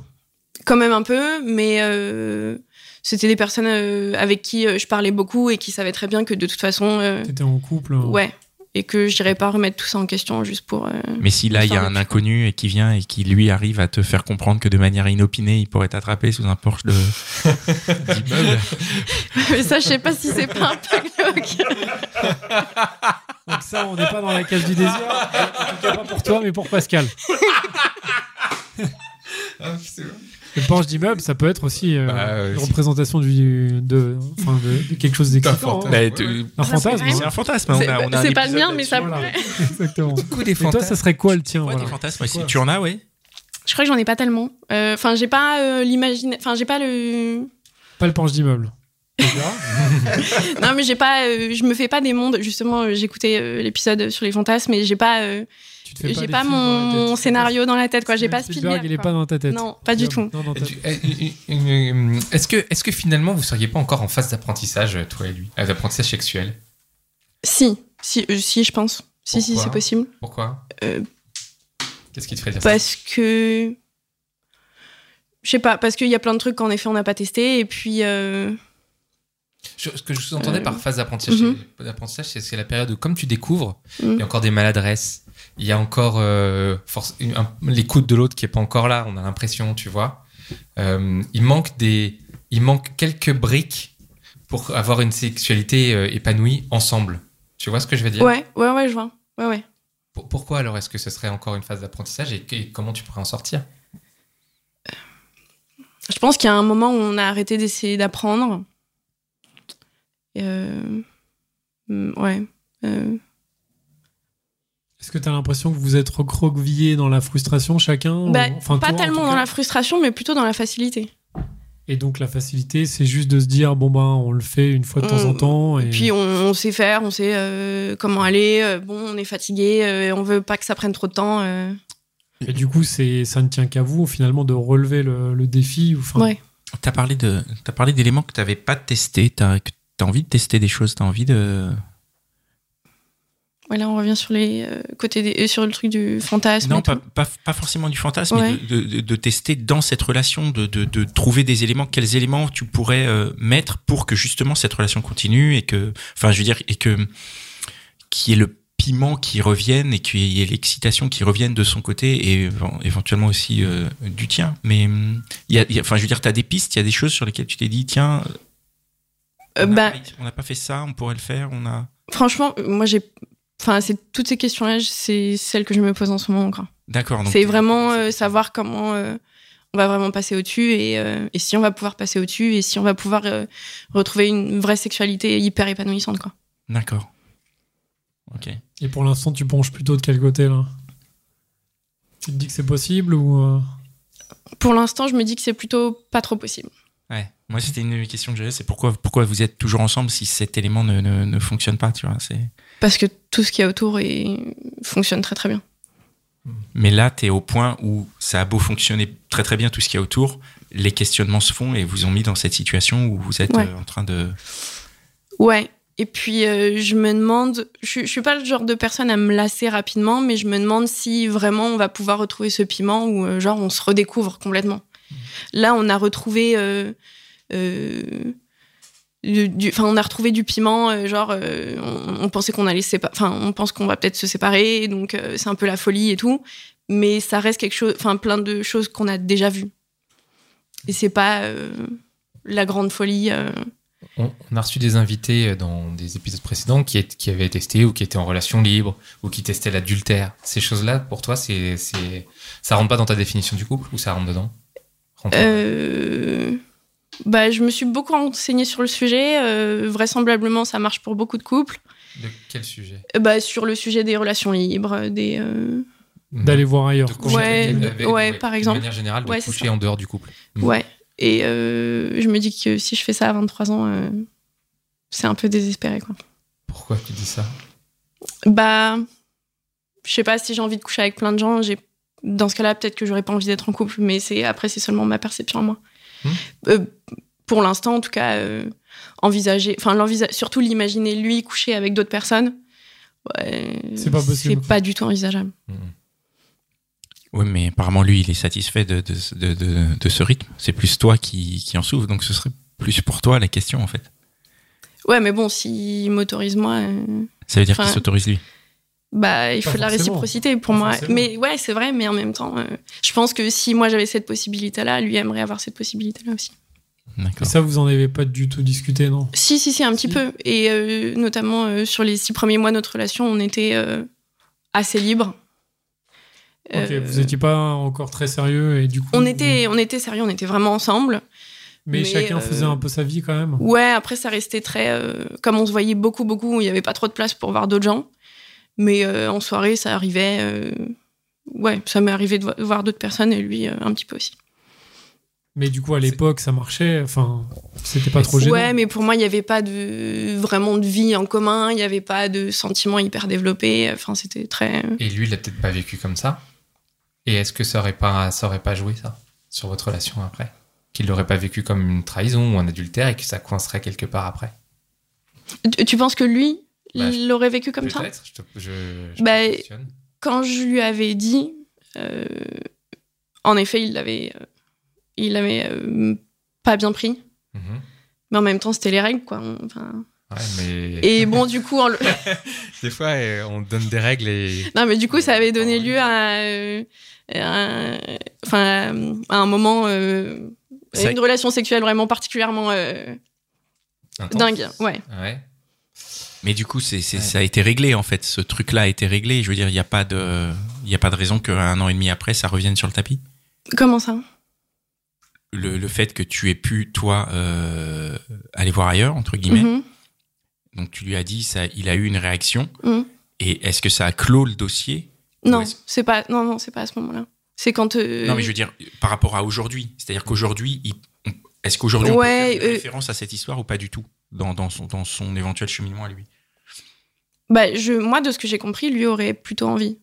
Speaker 4: quand même un peu, mais euh, c'était des personnes euh, avec qui euh, je parlais beaucoup et qui savaient très bien que de toute façon, euh,
Speaker 3: T'étais en couple. euh,
Speaker 4: ouais, et que je n'irai pas remettre tout ça en question juste pour. euh,
Speaker 1: Mais si là, il y a un inconnu et qui vient et qui lui arrive à te faire comprendre que de manière inopinée, il pourrait t'attraper sous un porche de. d'immeuble.
Speaker 4: Mais ça, je sais pas si c'est pas un peu
Speaker 3: Donc ça, on n'est pas dans la cage du désir. En tout cas, pas pour toi, mais pour Pascal.
Speaker 2: Ah, c'est bon.
Speaker 3: Le porche d'immeuble, ça peut être aussi euh,
Speaker 2: Bah, euh,
Speaker 3: une
Speaker 2: si.
Speaker 3: représentation du, de, enfin, de, de quelque chose
Speaker 2: T'as
Speaker 3: d'excitant.
Speaker 2: fantasme.
Speaker 3: hein.
Speaker 1: Bah,
Speaker 2: Ouais,
Speaker 1: tu-
Speaker 2: ouais.
Speaker 3: Un fantasme.
Speaker 4: c'est
Speaker 1: C'est
Speaker 3: hein.
Speaker 1: un fantasme. On a, on a un
Speaker 4: C'est pas le
Speaker 1: épisode
Speaker 4: mien, mais ça me
Speaker 3: là-dessus,
Speaker 4: plaît.
Speaker 3: Exactement.
Speaker 1: Coup des
Speaker 3: Et toi, ça serait quoi le tien
Speaker 1: Ouais,
Speaker 3: voilà
Speaker 1: des fantasmes aussi.
Speaker 3: quoi
Speaker 1: Tu en as, oui
Speaker 4: Je crois que j'en ai pas tellement. Euh, Enfin, j'ai pas euh, l'imagina- Enfin, j'ai pas le.
Speaker 3: Pas le porche d'immeuble.
Speaker 4: Non, mais j'ai pas. euh, je me fais pas des mondes. Justement, euh, j'écoutais euh, l'épisode sur les fantasmes, mais j'ai pas. euh,
Speaker 3: Tu te fais
Speaker 4: j'ai
Speaker 3: des
Speaker 4: pas,
Speaker 3: films dans la
Speaker 4: mon
Speaker 3: tête.
Speaker 4: scénario dans la tête, quoi. J'ai
Speaker 3: Steven
Speaker 4: pas Spielberg.
Speaker 3: Spielberg, il est
Speaker 4: quoi.
Speaker 3: pas dans ta tête.
Speaker 4: Non, pas du tout.
Speaker 3: Non, dans ta-
Speaker 2: Tu- euh, euh, euh, euh, Est-ce que, est que finalement vous seriez pas encore en phase d'apprentissage, euh, toi et lui euh, D'apprentissage sexuel
Speaker 4: Si, si, euh, si, je pense. Si, si,
Speaker 2: Pourquoi
Speaker 4: c'est possible.
Speaker 2: Pourquoi
Speaker 4: Euh,
Speaker 2: Qu'est-ce qui te ferait dire ça
Speaker 4: Parce que. Je sais pas, parce qu'il y a plein de trucs qu'en effet on n'a pas testé, et puis. euh,
Speaker 2: Je- ce que je sous-entendais par phase d'apprentissage,
Speaker 4: Mhm.
Speaker 2: c'est- d'apprentissage, c'est- c'est la période où, comme tu découvres,
Speaker 4: Mhm.
Speaker 2: il y a encore des maladresses, il y a encore euh, force- une- un- l'écoute de l'autre qui est pas encore là, on a l'impression, tu vois. Euh, il, manque des, il manque quelques briques pour avoir une sexualité euh, épanouie ensemble. Tu vois ce que je veux dire
Speaker 4: Ouais, ouais, ouais, je vois. Ouais, ouais.
Speaker 2: Pour- Pourquoi alors est-ce que ce serait encore une phase d'apprentissage et, et comment tu pourrais en sortir
Speaker 4: Je pense qu'il y a un moment où on a arrêté d'essayer d'apprendre. Euh, mm, Ouais. euh,
Speaker 3: Est-ce que tu as l'impression que vous êtes recroquevillé dans la frustration chacun
Speaker 4: bah,
Speaker 3: Ou- enfin, toi,
Speaker 4: pas
Speaker 3: en tout
Speaker 4: tellement dans
Speaker 3: cas
Speaker 4: la frustration, mais plutôt dans la facilité.
Speaker 3: Et donc la facilité, c'est juste de se dire bon ben on le fait une fois de temps en
Speaker 4: Mm.
Speaker 3: temps. Et,
Speaker 4: Et puis on, on sait faire, on sait euh, comment aller. euh, bon, on est fatigué, euh, on veut pas que ça prenne trop de temps. euh.
Speaker 3: et du coup, c'est ça ne tient qu'à vous finalement de relever le, le défi. ou, Enfin,
Speaker 4: Ouais.
Speaker 1: T'as parlé de, t'as parlé d'éléments que t'avais pas testé. T'as, que t'as envie de tester des choses. T'as envie de.
Speaker 4: Ouais, là, on revient sur les euh, côtés des, euh, sur le truc du fantasme.
Speaker 1: Non,
Speaker 4: et tout.
Speaker 1: pas, pas, pas forcément du fantasme,
Speaker 4: Ouais.
Speaker 1: mais de, de- de tester dans cette relation, de, de, de trouver des éléments, quels éléments tu pourrais euh, mettre pour que justement cette relation continue et que, enfin, je veux dire, et que, qui est le piment qui revienne et qu'il y ait l'excitation qui revienne de son côté et évent- éventuellement aussi euh, du tien. Mais, hum, il y a, il y a- enfin, je veux dire, tu as des pistes, il y a des choses sur lesquelles tu t'es dit, tiens,
Speaker 4: Euh,
Speaker 1: on a
Speaker 4: bah,
Speaker 1: pas- on n'a pas fait ça, on pourrait le faire, on a.
Speaker 4: franchement, euh, moi, j'ai. Enfin, c'est toutes ces questions-là, je- c'est celles que je me pose en ce moment. quoi.
Speaker 1: D'accord. Ah, donc
Speaker 4: C'est
Speaker 1: t'es-
Speaker 4: vraiment euh, savoir comment euh, on va vraiment passer au-dessus et, euh, et si on va pouvoir passer au-dessus et si on va pouvoir euh, retrouver une vraie sexualité hyper épanouissante. Quoi.
Speaker 1: D'accord. Ok.
Speaker 3: et pour l'instant, tu penches plutôt de quel côté là Tu te dis que c'est possible ou euh,
Speaker 4: Pour l'instant, je me dis que c'est plutôt pas trop possible.
Speaker 1: Ouais. Moi, c'était une des questions que j'avais, c'est pourquoi, pourquoi vous êtes toujours ensemble si cet élément ne, ne, ne fonctionne pas, tu vois. C'est...
Speaker 4: Parce que tout ce qu'il y a autour est- fonctionne très très bien.
Speaker 1: Mais là, t'es au point où ça a beau fonctionner très très bien tout ce qu'il y a autour, les questionnements se font et vous ont mis dans cette situation où vous êtes
Speaker 4: Ouais.
Speaker 1: euh, en train de.
Speaker 4: Ouais. Et puis, euh, je me demande, je, je suis pas le genre de personne à me lasser rapidement, mais je me demande si vraiment on va pouvoir retrouver ce piment ou euh, genre on se redécouvre complètement. Là, on a retrouvé. euh, euh, du- du- Enfin, on a retrouvé du piment, euh, genre euh, on, on pensait qu'on allait se séparer, enfin on pense qu'on va peut-être se séparer, donc euh, c'est un peu la folie et tout, mais ça reste quelque chose, enfin plein de choses qu'on a déjà vues. Et c'est pas euh, la grande folie. euh,
Speaker 2: On, on a reçu des invités euh, dans des épisodes précédents qui, est- qui avaient testé ou qui étaient en relation libre ou qui testaient l'adultère. Ces choses-là, pour toi, c'est, c'est, ça rentre pas dans ta définition du couple ou ça rentre dedans Rentre-
Speaker 4: Euh, bah, je me suis beaucoup renseignée sur le sujet. euh, vraisemblablement, ça marche pour beaucoup de couples.
Speaker 2: De quel sujet
Speaker 4: Euh, bah, sur le sujet des relations libres, euh, des. euh,
Speaker 3: d'aller voir ailleurs
Speaker 2: De
Speaker 3: quoi.
Speaker 2: coucher
Speaker 4: Ouais,
Speaker 2: avec-
Speaker 4: de-
Speaker 2: avec-
Speaker 4: ouais, par exemple.
Speaker 2: De manière générale, de
Speaker 4: Ouais, c'est
Speaker 2: coucher
Speaker 4: ça.
Speaker 2: en dehors du couple. Mm.
Speaker 4: Ouais. Et euh, je me dis que si je fais ça à 23 ans, euh, c'est un peu désespéré, quoi.
Speaker 2: Pourquoi tu dis ça
Speaker 4: Bah, je sais pas si j'ai envie de coucher avec plein de gens. J'ai dans ce cas-là, peut-être que j'aurais pas envie d'être en couple, mais c'est après c'est seulement ma perception à moi.
Speaker 2: Hmm.
Speaker 4: Euh, pour l'instant, en tout cas, euh, envisager, enfin l'envisa- surtout l'imaginer lui coucher avec d'autres personnes. ouais,
Speaker 3: C'est pas possible, quoi.
Speaker 4: C'est pas du tout envisageable.
Speaker 2: Mm.
Speaker 1: Oui, mais apparemment, lui, il est satisfait de, de, ce- de, de, de ce rythme. C'est plus toi qui, qui en souffre, donc ce serait plus pour toi la question, en fait.
Speaker 4: Ouais, mais bon, s'il m'autorise moi, euh,
Speaker 1: Ça veut dire
Speaker 4: Enfin-
Speaker 1: qu'il s'autorise lui.
Speaker 4: bah, il
Speaker 3: Pas
Speaker 4: faut de la
Speaker 3: forcément.
Speaker 4: réciprocité pour
Speaker 3: Pas
Speaker 4: moi.
Speaker 3: forcément.
Speaker 4: Mais ouais, c'est vrai, mais en même temps, euh, je pense que si moi j'avais cette possibilité-là, lui aimerait avoir cette possibilité-là aussi.
Speaker 3: Et
Speaker 1: D'accord.
Speaker 3: ça, vous en avez pas du tout discuté, non
Speaker 4: Si, si, si, un petit
Speaker 3: Si.
Speaker 4: peu. Et euh, notamment euh, sur les six premiers mois de notre relation, on était euh, assez libres.
Speaker 3: Ok,
Speaker 4: Euh,
Speaker 3: vous étiez pas encore très sérieux et du coup.
Speaker 4: on, était, on était sérieux, on était vraiment ensemble.
Speaker 3: Mais,
Speaker 4: mais,
Speaker 3: chacun
Speaker 4: euh,
Speaker 3: faisait un peu sa vie quand même.
Speaker 4: Ouais, après ça restait très. euh, comme on se voyait beaucoup, beaucoup, il n'y avait pas trop de place pour voir d'autres gens. Mais euh, en soirée, ça arrivait. euh, ouais, ça m'est arrivé de vo- voir d'autres personnes et lui euh, un petit peu aussi.
Speaker 3: Mais du coup, à l'époque, ça marchait. Enfin, c'était pas trop gênant.
Speaker 4: Ouais, mais pour moi, il n'y avait pas de vraiment de vie en commun, il n'y avait pas de sentiments hyper développés. Enfin, c'était très. euh,
Speaker 2: Et lui, il a peut-être pas vécu comme ça. Et est-ce que ça aurait pas, ça aurait pas joué ça sur votre relation après Qu'il l'aurait pas vécu comme une trahison ou un adultère et que ça coincerait quelque part après
Speaker 4: Tu, tu penses que lui,
Speaker 2: Bah,
Speaker 4: il l'aurait vécu comme ça
Speaker 2: Peut-être. Je, te- je- je
Speaker 4: Bah,
Speaker 2: te questionne.
Speaker 4: Quand je lui avais dit, euh, en effet, il l'avait, euh, il l'avait euh, pas bien pris.
Speaker 2: Mhm.
Speaker 4: Mais en même temps, c'était les règles, quoi. On- enfin,
Speaker 2: Ouais, mais
Speaker 4: Et bon, du coup, en le-
Speaker 2: des fois, euh, on donne des règles et
Speaker 4: non, mais du coup, ça avait donné lieu à, euh, à- enfin, à un moment, euh,
Speaker 1: Ça-
Speaker 4: une relation sexuelle vraiment particulièrement euh,
Speaker 2: Intense.
Speaker 4: dingue, ouais.
Speaker 2: Ouais.
Speaker 1: Mais du coup, c'est, c'est-
Speaker 2: Ouais.
Speaker 1: ça a été réglé en fait. Ce truc-là a été réglé. Je veux dire, il n'y a pas de, il y a pas de raison qu'un an et demi après, ça revienne sur le tapis.
Speaker 4: Comment ça
Speaker 1: Le, le fait que tu aies pu toi euh, aller voir ailleurs entre guillemets.
Speaker 4: Mhm.
Speaker 1: Donc tu lui as dit, ça, il a eu une réaction.
Speaker 4: Mhm.
Speaker 1: Et est-ce que ça a clos le dossier Ou
Speaker 4: Non,
Speaker 1: est-ce-
Speaker 4: c'est pas, non, non, c'est pas à ce moment-là. C'est quand. euh,
Speaker 1: Non, mais je veux dire par rapport à aujourd'hui. C'est-à-dire qu'aujourd'hui, il- on- est-ce qu'aujourd'hui on peut
Speaker 4: Ouais,
Speaker 1: faire une
Speaker 4: euh,
Speaker 1: référence à cette histoire ou pas du tout dans, dans son dans son éventuel cheminement à lui
Speaker 4: bah, je, moi, de ce que j'ai compris, lui aurait plutôt envie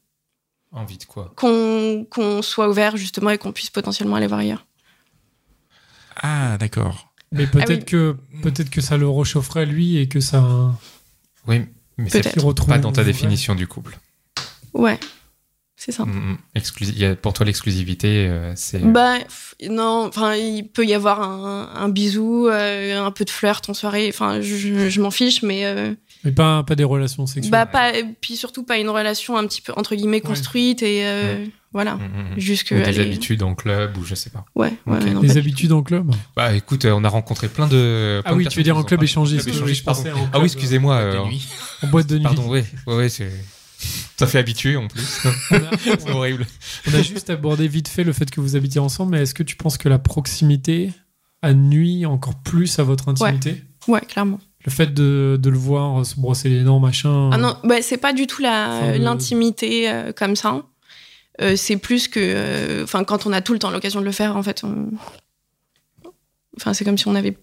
Speaker 2: Envie de quoi
Speaker 4: qu'on qu'on soit ouvert justement et qu'on puisse potentiellement aller voir ailleurs.
Speaker 1: Ah, d'accord.
Speaker 3: Mais peut-être
Speaker 4: Ah oui.
Speaker 3: que peut-être que ça le réchaufferait lui et que ça.
Speaker 2: Oui, mais c'est
Speaker 4: Peut-être.
Speaker 3: qu'il retrouve.
Speaker 2: pas dans ta
Speaker 3: Ouais.
Speaker 2: définition du couple.
Speaker 4: Ouais, c'est ça.
Speaker 2: Mm, mm. Exclusi- il y a- pour toi, l'exclusivité, euh, c'est
Speaker 4: Bah pff, non, enfin il peut y avoir un, un bisou, euh, un peu de flirt en soirée. Enfin, je, je- je m'en fiche, mais euh,
Speaker 3: Mais pas pas des relations sexuelles.
Speaker 4: bah pas, puis surtout pas une relation un petit peu entre guillemets
Speaker 3: Ouais.
Speaker 4: construite et euh, voilà,
Speaker 2: Mm, mm, mm.
Speaker 4: jusque
Speaker 2: Ou des
Speaker 4: aller-
Speaker 2: habitudes en club ou je sais pas.
Speaker 4: Ouais, ouais,
Speaker 2: Ok.
Speaker 4: non, pas
Speaker 3: les
Speaker 4: du
Speaker 3: habitudes en club.
Speaker 2: Bah écoute, euh, on a rencontré plein de.
Speaker 3: Ah
Speaker 2: plein de
Speaker 3: oui,
Speaker 2: personnes
Speaker 3: tu veux dire
Speaker 2: qui
Speaker 3: en
Speaker 2: nous ont
Speaker 3: club
Speaker 2: parlé.
Speaker 3: échangiste,
Speaker 2: Club échangiste,
Speaker 3: je
Speaker 2: pardon.
Speaker 3: pensais en
Speaker 2: Ah
Speaker 3: club,
Speaker 2: oui, excusez-moi. euh,
Speaker 1: Des nuits.
Speaker 3: En boîte de nuit.
Speaker 2: Pardon, oui. Ouais, ouais, c'est. Ça fait habitué en plus.
Speaker 3: On a,
Speaker 2: c'est horrible.
Speaker 3: on a juste abordé vite fait le fait que vous habitiez ensemble, mais est-ce que tu penses que la proximité nuit encore plus à votre intimité
Speaker 4: tout. Ouais, clairement.
Speaker 3: Le fait de, de le voir se brosser les dents, machin.
Speaker 4: Ah non, bah, c'est pas du tout
Speaker 3: Enfin,
Speaker 4: la
Speaker 3: le-
Speaker 4: l'intimité euh, comme ça. Euh, c'est plus que, euh, enfin, quand on a tout le temps l'occasion de le faire, en fait, on- enfin, c'est comme si on avait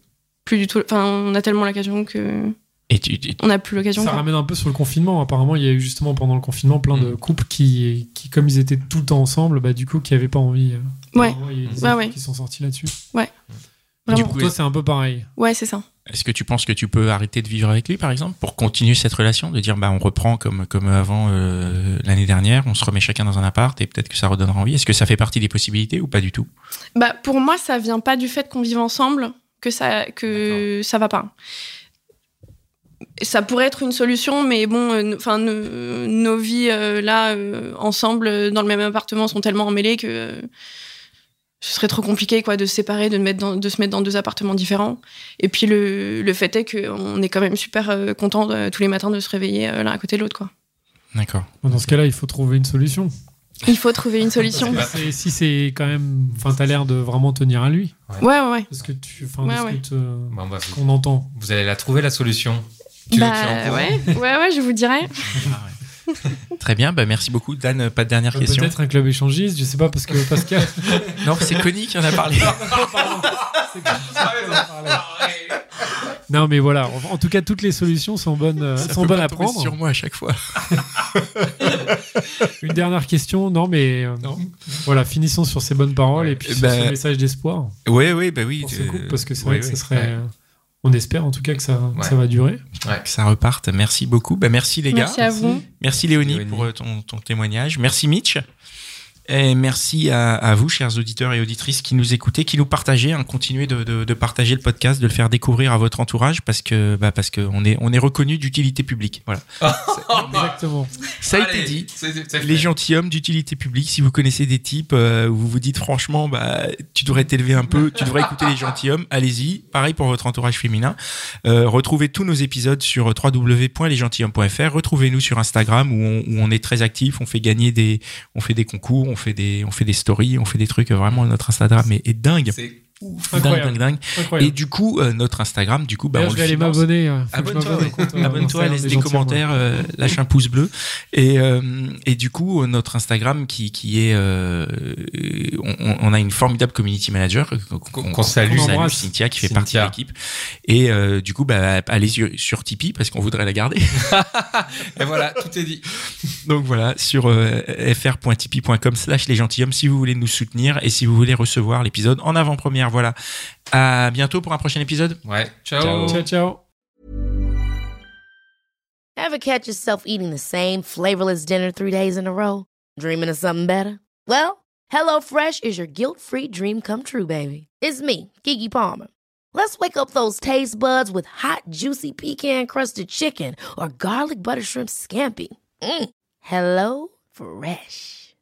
Speaker 4: plus du tout, enfin, on a tellement l'occasion que
Speaker 1: Et tu, tu-
Speaker 4: on n'a plus l'occasion.
Speaker 3: Ça
Speaker 4: quoi.
Speaker 3: ramène un peu sur le confinement. Apparemment, il y a eu justement pendant le confinement plein
Speaker 1: Mm.
Speaker 3: de couples qui, qui comme ils étaient tout le temps ensemble, bah, du coup, qui n'avaient pas envie. euh,
Speaker 4: Ouais.
Speaker 3: apparemment, il y a des
Speaker 4: Ouais,
Speaker 3: études
Speaker 4: ouais.
Speaker 3: Qui sont sortis là-dessus.
Speaker 4: Vraiment.
Speaker 3: Du coup, toi, c'est un peu pareil.
Speaker 4: Ouais, c'est ça.
Speaker 1: Est-ce que tu penses que tu peux arrêter de vivre avec lui, par exemple, pour continuer cette relation, de dire bah on reprend comme comme avant euh, l'année dernière, on se remet chacun dans un appart et peut-être que ça redonnera envie. Est-ce que ça fait partie des possibilités ou pas du tout
Speaker 4: Bah, pour moi, ça vient pas du fait qu'on vive ensemble que ça, que ça va pas. Ça pourrait être une solution, mais bon, euh, enfin, nos vies euh, là euh, ensemble euh, dans le même appartement sont tellement emmêlées que euh, ce serait trop compliqué, quoi, de se séparer, de, mettre dans- de se mettre dans deux appartements différents. Et puis le, le fait est qu'on est quand même super euh, contents euh, tous les matins de se réveiller euh, l'un à côté de l'autre, quoi.
Speaker 1: D'accord.
Speaker 3: Bon, Dans ce cas-là, il faut trouver une solution.
Speaker 4: Il faut trouver une solution.
Speaker 3: Parce que c'est- si c'est quand même. Enfin, t'as l'air de vraiment tenir à lui.
Speaker 4: Ouais, ouais, ouais.
Speaker 3: Parce que tu. Enfin,
Speaker 4: Ouais,
Speaker 3: de ce
Speaker 4: ouais.
Speaker 3: que te-
Speaker 2: Bon, bah, vous,
Speaker 3: qu'on entend.
Speaker 2: vous allez la trouver la solution. Tu veux que je sois au
Speaker 4: Bah,
Speaker 2: courant
Speaker 4: ouais, ouais, ouais, je vous dirais.
Speaker 1: Ah Très bien. Bah merci beaucoup, Dan. Pas de dernière
Speaker 3: Euh,
Speaker 1: question.
Speaker 3: Peut-être un club échangiste, je sais pas, parce que Pascal.
Speaker 1: Non, c'est Connie qui en a parlé.
Speaker 3: Ah,
Speaker 1: Ah,
Speaker 2: Ah
Speaker 3: non, mais voilà. En- En tout cas, toutes les solutions sont bonnes, euh,
Speaker 1: Ça
Speaker 3: sont
Speaker 1: peut
Speaker 3: bonnes
Speaker 1: pas
Speaker 3: à
Speaker 1: tomber
Speaker 3: prendre.
Speaker 1: Sur moi à chaque fois.
Speaker 3: Une dernière question, non, mais euh,
Speaker 1: Non.
Speaker 3: voilà, finissons sur ces bonnes paroles
Speaker 2: Ouais.
Speaker 3: et puis
Speaker 1: Eh
Speaker 3: sur
Speaker 1: ben,
Speaker 3: ce message d'espoir
Speaker 1: Oui, oui, bah oui.
Speaker 3: pour ce couple,
Speaker 1: euh,
Speaker 3: parce que c'est
Speaker 1: ouais,
Speaker 3: vrai que
Speaker 1: ouais.
Speaker 3: ça serait. euh, On espère en tout cas que ça, que ça
Speaker 2: Ouais.
Speaker 3: va durer.
Speaker 1: Que ça reparte. Merci beaucoup. Bah merci les gars.
Speaker 4: Merci à vous.
Speaker 1: Merci Léonie
Speaker 2: Léonie.
Speaker 1: pour euh, ton, ton témoignage. Merci Mitch. Et merci à, à vous, chers auditeurs et auditrices, qui nous écoutez, qui nous partagez. Hein, continuez de, de- de partager le podcast, de le faire découvrir à votre entourage, parce que bah, parce que on est on est reconnu d'utilité publique. Voilà.
Speaker 3: Exactement.
Speaker 1: Ça a
Speaker 2: Allez,
Speaker 1: été dit.
Speaker 2: c'est- c'est- c'est fait.
Speaker 1: Les gentilshommes d'utilité publique, si vous connaissez des types euh, où vous vous dites franchement, bah, tu devrais t'élever un peu, tu devrais écouter les gentilshommes, allez-y. Pareil pour votre entourage féminin. Euh, retrouvez tous nos épisodes sur www.lesgentilshommes.fr. Retrouvez-nous sur Instagram où on, où on est très actif, on fait gagner des, on fait des concours, on fait des, on fait des stories, on fait des trucs. Vraiment, notre Instagram est, est dingue.
Speaker 2: C'est-
Speaker 1: Dingue,
Speaker 3: Incroyable.
Speaker 1: dingue, dingue. Et
Speaker 3: Incroyable.
Speaker 1: du coup, euh, notre Instagram, du coup, bah,
Speaker 3: D'ailleurs,
Speaker 1: on
Speaker 3: je
Speaker 1: le
Speaker 3: vais aller
Speaker 1: finance.
Speaker 3: m'abonner. euh, faut que je
Speaker 1: Abonne-toi,
Speaker 3: m'abonne
Speaker 1: ouais.
Speaker 3: au compte, euh,
Speaker 1: Abonne-toi,
Speaker 3: Instagram
Speaker 1: laisse
Speaker 3: des
Speaker 1: des
Speaker 3: gentils,
Speaker 1: commentaires, euh, lâche un pouce bleu. Et, euh, et du coup, euh, notre Instagram qui, qui est. euh, on- on, on a une formidable community manager euh, qu'on
Speaker 2: Qu'on
Speaker 1: qu'on
Speaker 2: salue.
Speaker 1: qu'on
Speaker 3: embrasse.
Speaker 1: Cynthia, qui fait
Speaker 2: Cynthia.
Speaker 1: partie de l'équipe. Et euh, du coup, bah, allez sur, sur Tipeee parce qu'on voudrait la garder.
Speaker 2: Et voilà, tout est dit.
Speaker 1: Donc voilà, sur euh, fr.tipeee.com slash les gentilshommes si vous voulez nous soutenir et si vous voulez recevoir l'épisode en avant-première. Voilà. À bientôt pour un prochain épisode.
Speaker 2: Ouais,
Speaker 3: moi.
Speaker 1: euh,
Speaker 2: ciao.
Speaker 3: Ciao, ciao.
Speaker 5: Ever catch yourself eating the same flavorless dinner three days in a row? Dreaming of something better? Well, HelloFresh is your guilt free dream come true, baby. It's me, Kiki Palmer. Let's wake up those taste buds with hot, juicy pecan crusted chicken or garlic butter shrimp scampi. Mm. Hello Fresh.